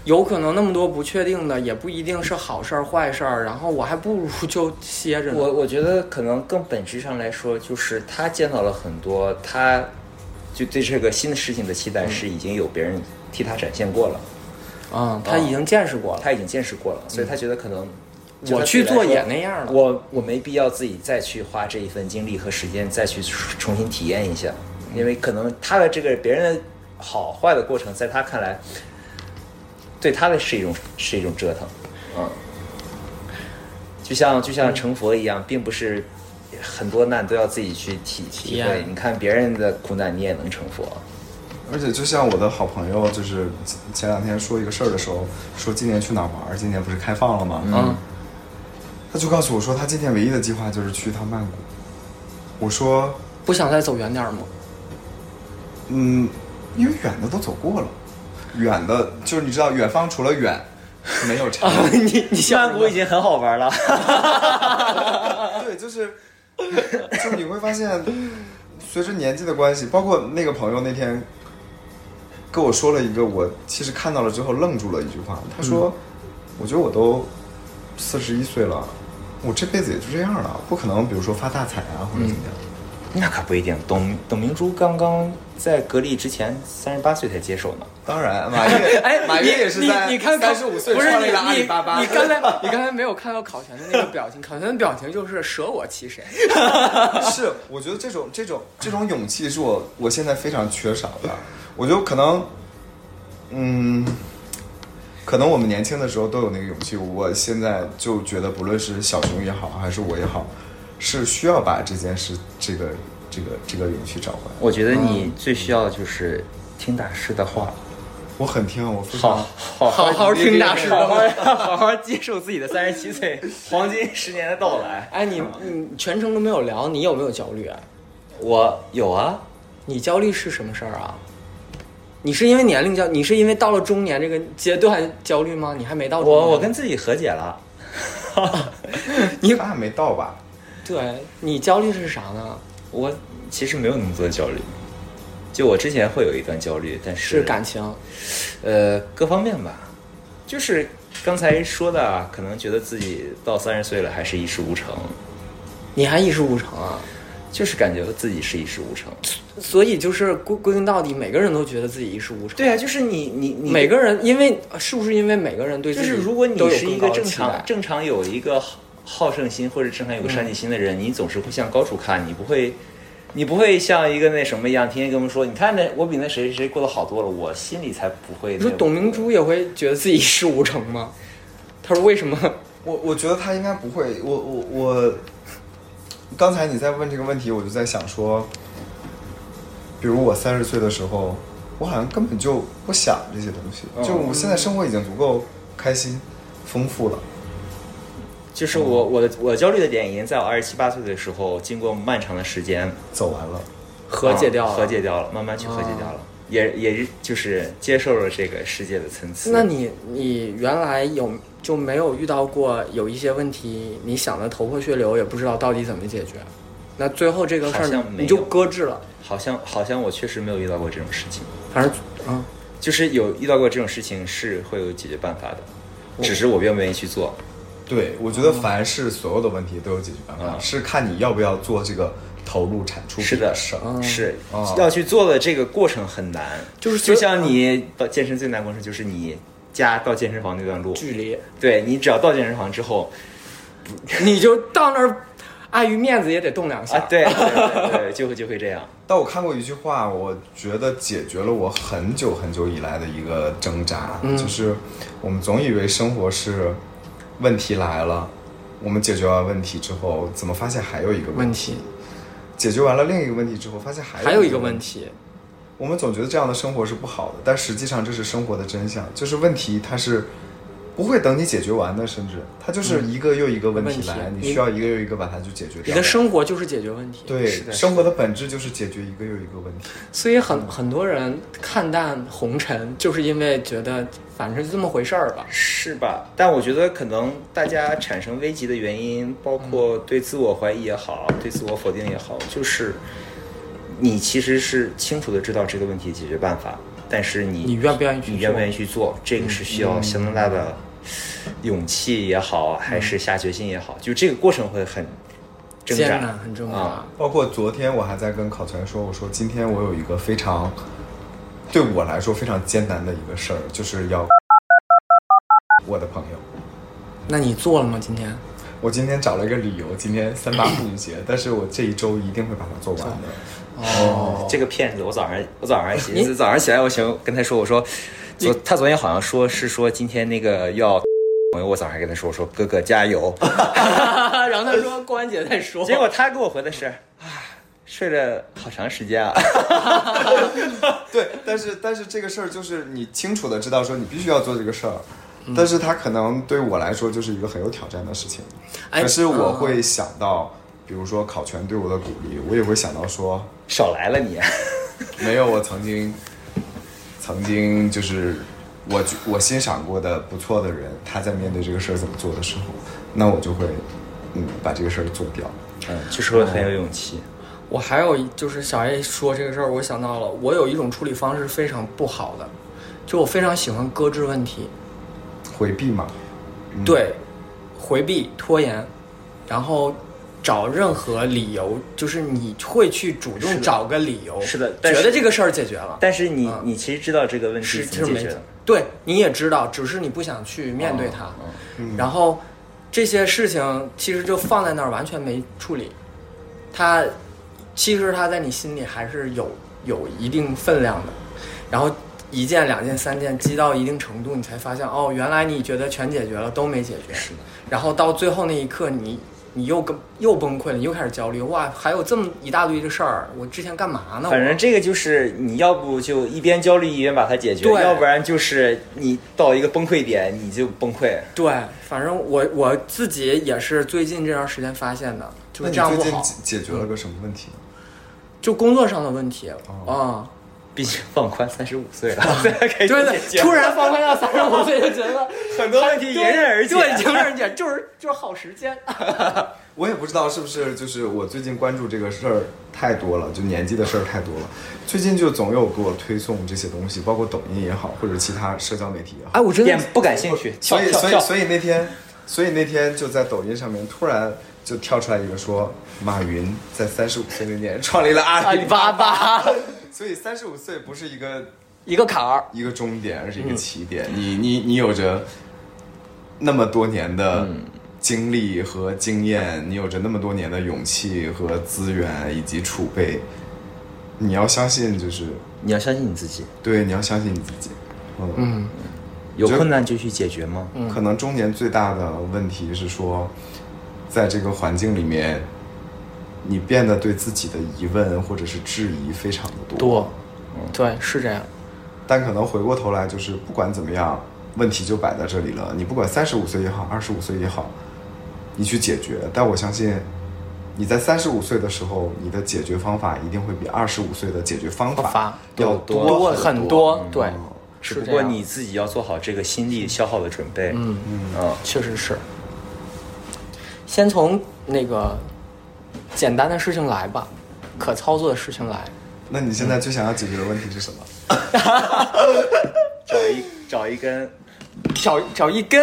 Speaker 3: 有可能那么多不确定的，也不一定是好事儿坏事儿，然后我还不如就歇着
Speaker 2: 嗯，
Speaker 3: 呢。
Speaker 2: 我我觉得可能更本质上来说，就是他见到了很多，他就对这个新的事情的期待是已经有别人替他展现过了。
Speaker 3: 嗯，他已经见识过了。嗯
Speaker 2: 他已经见识过了，所以他觉得可能
Speaker 3: 我去做也那样了
Speaker 2: 我我没必要自己再去花这一份精力和时间再去重新体验一下，
Speaker 3: 嗯
Speaker 2: 因为可能他的这个别人的好坏的过程，在他看来，对他的是一种是一种折腾，嗯，就像就
Speaker 3: 嗯
Speaker 2: 像成佛一样，并不是很多难都要自己去体体
Speaker 3: 验
Speaker 2: 会，你看别人的苦难，你也能成佛，
Speaker 1: 而且就像我的好朋友，就是前前两天说一个事儿的时候，说今年去哪儿玩儿？今年不是开放了吗？
Speaker 3: 嗯，
Speaker 1: 他就告诉我说，他今年唯一的计划就是去一趟曼谷。我说，
Speaker 3: 不想再走远点儿吗？
Speaker 1: 嗯，因为远的都走过了，远的就是你知道，远方除了远没有长。
Speaker 3: 你你
Speaker 2: 曼谷已经很好玩了，
Speaker 1: 对，就是就是你会发现，随着年纪的关系，包括那个朋友那天跟我说了一个，我其实看到了之后愣住了一句话，他说：“我觉得我都四十一岁了，我这辈子也就这样了，不可能比如说发大财啊或者怎么样。
Speaker 2: 那可不一定，董董明珠刚刚在隔离之前三十八岁才接手呢。
Speaker 1: 当然，马云
Speaker 3: 哎，
Speaker 1: 马云
Speaker 3: 你
Speaker 1: 也是
Speaker 3: 你
Speaker 1: 在
Speaker 3: 你看
Speaker 1: 三十五岁
Speaker 3: 不是
Speaker 1: 创立
Speaker 3: 你
Speaker 1: 了阿里巴巴
Speaker 3: 你。你刚 才你刚才没有看到考全的那个表情，考全的表情就是舍我其谁。
Speaker 1: 是，我觉得这种这种这种勇气是我我现在非常缺少的。我觉得可能，嗯，可能我们年轻的时候都有那个勇气，我现在就觉得，不论是小熊也好，还是我也好，是需要把这件事，这个这个这个勇气找回来。
Speaker 2: 嗯我觉得你最需要就是听大师的话，
Speaker 1: 我很听，啊我非
Speaker 2: 好好
Speaker 1: 常
Speaker 3: 好好听大师的
Speaker 2: 好
Speaker 3: 话
Speaker 2: 好 好好接受自己的三十七岁黄金十年的到来。
Speaker 3: 哎，你
Speaker 1: 嗯
Speaker 3: 你全程都没有聊，你有没有焦虑啊？
Speaker 2: 我有啊，
Speaker 3: 你焦虑是什么事儿啊？你是因为年龄焦，你是因为到了中年这个阶段焦虑吗？你还没到中年
Speaker 2: 我我跟自己和解了。
Speaker 1: 你还没到吧？
Speaker 3: 对你焦虑是啥呢？
Speaker 2: 我其实没有那么多焦虑，就我之前会有一段焦虑，但是
Speaker 3: 是感情，
Speaker 2: 呃各方面吧，就是刚才说的啊，可能觉得自己到三十岁了还是一事无成，
Speaker 3: 你还一事无成啊？
Speaker 2: 就是感觉自己是一事无成。
Speaker 3: 所以就是归归根到底，每个人都觉得自己一事无成。
Speaker 2: 对啊，就是你你你
Speaker 3: 每个人因为是不是因为每个人对
Speaker 2: 就
Speaker 3: 自己
Speaker 2: 是如果你
Speaker 3: 都有
Speaker 2: 是一个
Speaker 3: 更高的
Speaker 2: 正
Speaker 3: 期
Speaker 2: 常
Speaker 3: 待
Speaker 2: 正常有一个好好胜心或者正常有个上进心的人，你总是会向高处看，你不会。你不会像一个那什么一样，天天跟我们说，你看那我比那谁谁谁过得好多了，我心里才不会
Speaker 3: 你
Speaker 2: 那
Speaker 3: 说
Speaker 2: 种。
Speaker 3: 董明珠也会觉得自己一事无成 吗？他说为什么？
Speaker 1: 我我觉得他应该不会，我我我，刚才你在问这个问题，我就在想说，比如我三十岁的时候，我好像根本就不想这些东西，
Speaker 2: 哦
Speaker 1: 就我现在生活已经足够开心、丰富了。
Speaker 2: 就是我我的我焦虑的点已经在我二十七八岁的时候，经过漫长的时间
Speaker 1: 走完了，
Speaker 3: 和解
Speaker 2: 啊
Speaker 3: 掉了，哦
Speaker 2: 和解掉了，慢慢去和解掉了，也也就是接受了这个世界的参差。
Speaker 3: 那你你原来有就没有遇到过有一些问题，你想的头破血流，也不知道到底怎么解决？那最后这个事
Speaker 2: 好
Speaker 3: 儿
Speaker 2: 像没有
Speaker 3: 你就搁置了，
Speaker 2: 好像好像我确实没有遇到过这种事情，
Speaker 3: 反正啊，
Speaker 2: 就是有遇到过这种事情是会有解决办法的，
Speaker 3: 哦
Speaker 2: 只是我愿不愿意去做。
Speaker 1: 对我觉得凡是所有的问题都有解决办法，
Speaker 2: 嗯
Speaker 1: 是看你要不要做这个投入产出
Speaker 2: 是
Speaker 1: 比的
Speaker 2: 的，嗯
Speaker 1: 事儿。
Speaker 2: 是
Speaker 1: 哦
Speaker 2: 要去做的这个过程很难，
Speaker 3: 就是
Speaker 2: 就
Speaker 3: 所以
Speaker 2: 像你到健身最难的过程就是你家到健身房那段路，
Speaker 3: 距离
Speaker 2: 对你只要到健身房之后，
Speaker 3: 你就到那儿，碍于面子也得动两下。
Speaker 2: 啊，对对对对，就会就会这样。
Speaker 1: 但我看过一句话，我觉得解决了我很久很久以来的一个挣扎，
Speaker 3: 嗯
Speaker 1: 就是我们总以为生活是问题来了，我们解决完问题之后，怎么发现还有一个问
Speaker 3: 问
Speaker 1: 题？
Speaker 3: 题
Speaker 1: 解决完了另一个问题之后，发现还
Speaker 3: 还有一个
Speaker 1: 问
Speaker 3: 问
Speaker 1: 题。
Speaker 3: 题，
Speaker 1: 我们总觉得这样的生活是不好的，但实际上这是生活的真相，就是问题它是不会等你解决完的，甚至它就是一个又一个问
Speaker 3: 嗯问
Speaker 1: 题
Speaker 3: 题
Speaker 1: 来，
Speaker 3: 你
Speaker 1: 你需要一个又一个把它去解决
Speaker 3: 你
Speaker 1: 掉
Speaker 3: 的。生活就是解决问题。
Speaker 1: 对
Speaker 2: 是的，是
Speaker 1: 生活的本质就是解决一个又一个问题。
Speaker 3: 所以很很多人看淡红尘，就是因为觉得反正就这么回事儿吧。
Speaker 2: 是吧？但我觉得可能大家产生危机的原因，包
Speaker 3: 嗯
Speaker 2: 括对自我怀疑也好，对自我否定也好，就是你其实是清楚的知道这个问题的解决办法，但是你
Speaker 3: 你愿不愿意去
Speaker 2: 你愿不
Speaker 3: 做嗯
Speaker 2: 愿意去做，这个是需要相当大的勇气也好，还
Speaker 3: 嗯
Speaker 2: 是下决心也好，就这个过程会很挣
Speaker 3: 艰
Speaker 2: 扎，
Speaker 3: 难很挣扎
Speaker 2: 啊
Speaker 1: 包括昨天我还在跟考全说，我说今天我有一个非常对我来说非常艰难的一个事儿，就是要我的朋友。
Speaker 3: 那你做了吗？今天
Speaker 1: 我今天找了一个理由，今天三八妇女节，但是我这一周一定会把它做完的。
Speaker 3: 哦，
Speaker 2: 这个骗子，我早上我早上还寻思，早上起来我想跟他说，我说昨他昨天好像说是说今天那个 要，我早上还跟他说，我说哥哥加油，
Speaker 3: 然后他说过完节再 说
Speaker 2: 结果他给我回的是啊，睡了好长时间啊，
Speaker 1: 对，但是但是这个事儿就是你清楚的知道说你必须要做这个事儿，但是它可能对我来说就是一个很有挑战的事情。
Speaker 3: 哎
Speaker 1: 可是我会想到，比如说考全对我的鼓励，我也会想到说，
Speaker 2: 少来了你，
Speaker 1: 没有我曾经曾经就是我觉我欣赏过的不错的人，他在面对这个事儿怎么做的时候，那我就会嗯把这个事儿做掉。
Speaker 2: 嗯，就是会很有勇气，
Speaker 3: 我还有一就是小 A 说这个事儿，我想到了，我有一种处理方式非常不好的，就我非常喜欢搁置问题，
Speaker 1: 回避嘛，嗯
Speaker 3: 对，回避、拖延，然后找任何理由，就是你会去主动找个理由，
Speaker 2: 是的但
Speaker 3: 觉
Speaker 2: 是
Speaker 3: 得这个事儿解决了，
Speaker 2: 但是你你其实知道这个问题
Speaker 3: 是
Speaker 2: 怎
Speaker 3: 就
Speaker 2: 么解
Speaker 3: 是没
Speaker 2: 决的，，哦
Speaker 3: 对，你也知道，只是你不想去面对它，然后这些事情其实就放在那儿完全没处理，它其实它在你心里还是有有一定分量的，然后一件、两件、三件积到一定程度，你才发现哦，原来你觉得全解决了都没解决，然后到最后那一刻你你又跟又崩溃了，你又开始焦虑，哇，还有这么一大堆的事儿，我之前干嘛呢？
Speaker 2: 反正这个就是你要不就一边焦虑一边把它解决，
Speaker 3: 对
Speaker 2: 要不然就是你到一个崩溃点你就崩溃。
Speaker 3: 我对，反正我我自己也是最近这段时间发现的，就
Speaker 1: 那
Speaker 3: 是
Speaker 1: 你
Speaker 3: 这样
Speaker 1: 最
Speaker 3: 不
Speaker 1: 近
Speaker 3: 好，
Speaker 1: 解解决了个什么问题呢？
Speaker 3: 就工作上的问题啊、
Speaker 2: 毕竟放宽三十五岁 了，对
Speaker 3: 对对，突然放宽到三十五岁就觉得
Speaker 2: 很多问题迎刃而解。
Speaker 3: 对，迎刃而解，就是就是耗时间。
Speaker 1: 我也不知道是不是就是我最近关注这个事儿太多了，就年纪的事儿太多了。最近就总有给我推送这些东西，包括抖音也好，或者其他社交媒体也好。
Speaker 3: 哎，我真
Speaker 2: 点
Speaker 3: 的
Speaker 2: 不感兴趣，
Speaker 1: 所
Speaker 2: 跳
Speaker 1: 以
Speaker 2: 跳
Speaker 1: 所以
Speaker 2: 跳。
Speaker 1: 所以那天，所以那天就在抖音上面突然就跳出来一个说，马云在三十五岁那年创立了阿
Speaker 3: 阿
Speaker 1: 里
Speaker 3: 里巴巴
Speaker 1: 所以三十五岁不是一个
Speaker 3: 一个坎儿，
Speaker 1: 一个终点，而是一个起点。你你你有着那么多年的经历和经验，你有着那么多年的勇气和资源以及储备，你要相信，就是
Speaker 2: 你要相信你自己，
Speaker 1: 对，你要相信你自己。嗯，
Speaker 3: 嗯，
Speaker 2: 有
Speaker 1: 就
Speaker 2: 困难就去解决吗？
Speaker 1: 可能中年最大的问题是说，在这个环境里面，你变得对自己的疑问或者是质疑非常的多。
Speaker 3: 多，对，是这样。
Speaker 1: 但可能回过头来，就是不管怎么样，问题就摆在这里了。你不管三十五岁也好，二十五岁也好，你去解决。但我相信，你在三十五岁的时候，你的解决方法一定会比二十五岁的解决方
Speaker 3: 方
Speaker 1: 法
Speaker 3: 法
Speaker 1: 要
Speaker 2: 多
Speaker 1: 多
Speaker 3: 很
Speaker 1: 多。
Speaker 3: 多，嗯对，
Speaker 2: 只
Speaker 3: 是
Speaker 2: 不
Speaker 3: 这
Speaker 2: 过
Speaker 3: 样
Speaker 2: 你自己要做好这个心力消耗的准备。
Speaker 3: 嗯
Speaker 2: 嗯
Speaker 3: 确实是。先从那个简单的事情来吧，可操作的事情来。
Speaker 1: 那你现在最想要解决的问题是什么？
Speaker 2: 找一找一根，
Speaker 3: 找找一 根，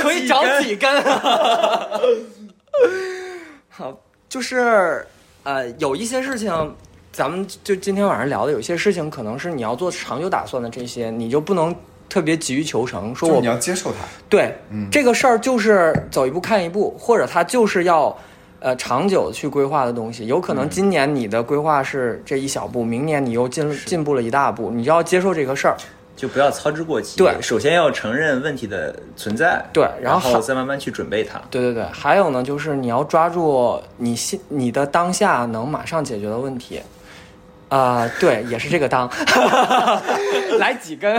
Speaker 3: 可以找几根。 好，就是呃，有一些事情，咱们就今天晚上聊的，有些事情可能是你要做长久打算的，这些你就不能特别急于求成，说
Speaker 1: 就是
Speaker 3: 我
Speaker 1: 你要嗯接受它，
Speaker 3: 对，这个事儿就是走一步看一步，或者它就是要呃长久去规划的东西。有可
Speaker 1: 嗯
Speaker 3: 能今年你的规划是这一小步，明年你又进进步了一大步，你就要接受这个事儿。
Speaker 2: 就不要操之过急。
Speaker 3: 对
Speaker 2: 首先要承认问题的存在，
Speaker 3: 对然
Speaker 2: 然
Speaker 3: 后
Speaker 2: 再慢慢去准备它。
Speaker 3: 对对对，还有呢，就是你要抓住你现你的当下能马上解决的问题。啊、对，也是这个当， 来几根。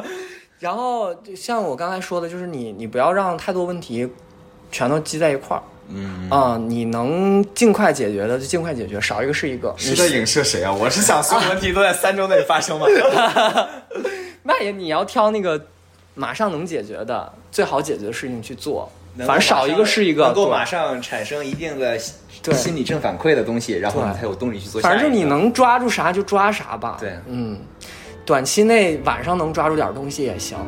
Speaker 3: 然后就像我刚才说的，就是你你不要让太多问题全都积在一块儿。
Speaker 2: 嗯，
Speaker 3: 啊、你能尽快解决的就尽快解决，少一个是一个。
Speaker 1: 是在影射谁啊？我是想所有问题都在三周内 发生吗？
Speaker 3: 那也你要挑那个马上能解决的、最好解决的事情去做，
Speaker 2: 能
Speaker 3: 反
Speaker 2: 够
Speaker 3: 正少一个是一个。
Speaker 2: 能够
Speaker 3: 对
Speaker 2: 马上产生一定的
Speaker 3: 对
Speaker 2: 心理正反馈的东西，然后
Speaker 3: 对
Speaker 2: 你才有动力去做下一
Speaker 3: 反
Speaker 2: 个。
Speaker 3: 正就你能抓住啥就抓啥吧。
Speaker 2: 对
Speaker 3: 嗯，短期内晚上能抓住点东西也行。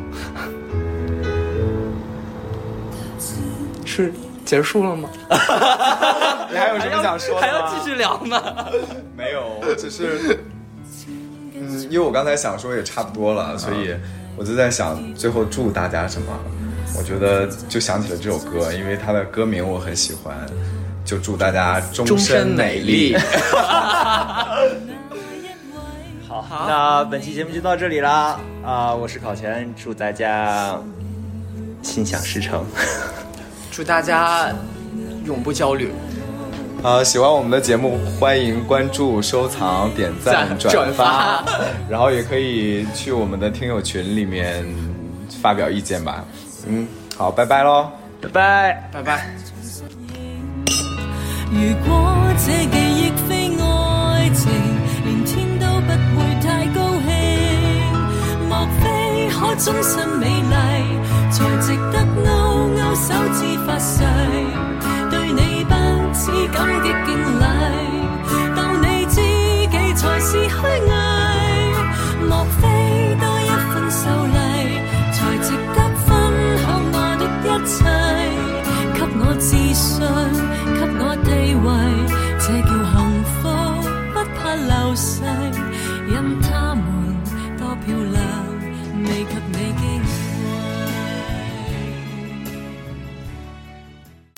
Speaker 3: 是结束了吗？
Speaker 1: 你还有什么想说的吗？
Speaker 3: 还要继续聊吗？
Speaker 1: 没有，我只是，嗯，因为我刚才想说也差不多
Speaker 3: 啊
Speaker 1: 了，所以我就在想最后祝大家什么。我觉得就想起了这首歌，因为它的歌名我很喜欢，就祝大家终
Speaker 3: 终身
Speaker 1: 美
Speaker 3: 美丽。
Speaker 2: 好，那本期节目就到这里啦。啊、我是考全，祝大家心想事成。
Speaker 3: 祝大家永不焦虑，
Speaker 1: 啊，喜欢我们的节目，欢迎关注、收藏、点赞、
Speaker 3: 赞转
Speaker 1: 发
Speaker 3: 发，
Speaker 1: 然后也可以去我们的听友群里面发表意见吧。嗯，好，拜拜喽。
Speaker 2: 拜拜。
Speaker 3: 拜拜。
Speaker 4: 如果这记忆非爱情，连天都不会太高兴。莫非可终身美丽，才值得勾勾手指发誓，对你不止感激敬礼，当你知己才是虚伪。莫非多一份秀丽，才值得分享我的一切。给我自信，给我地位，这叫幸福，不怕流逝，因他们多漂亮，未及你矜貴。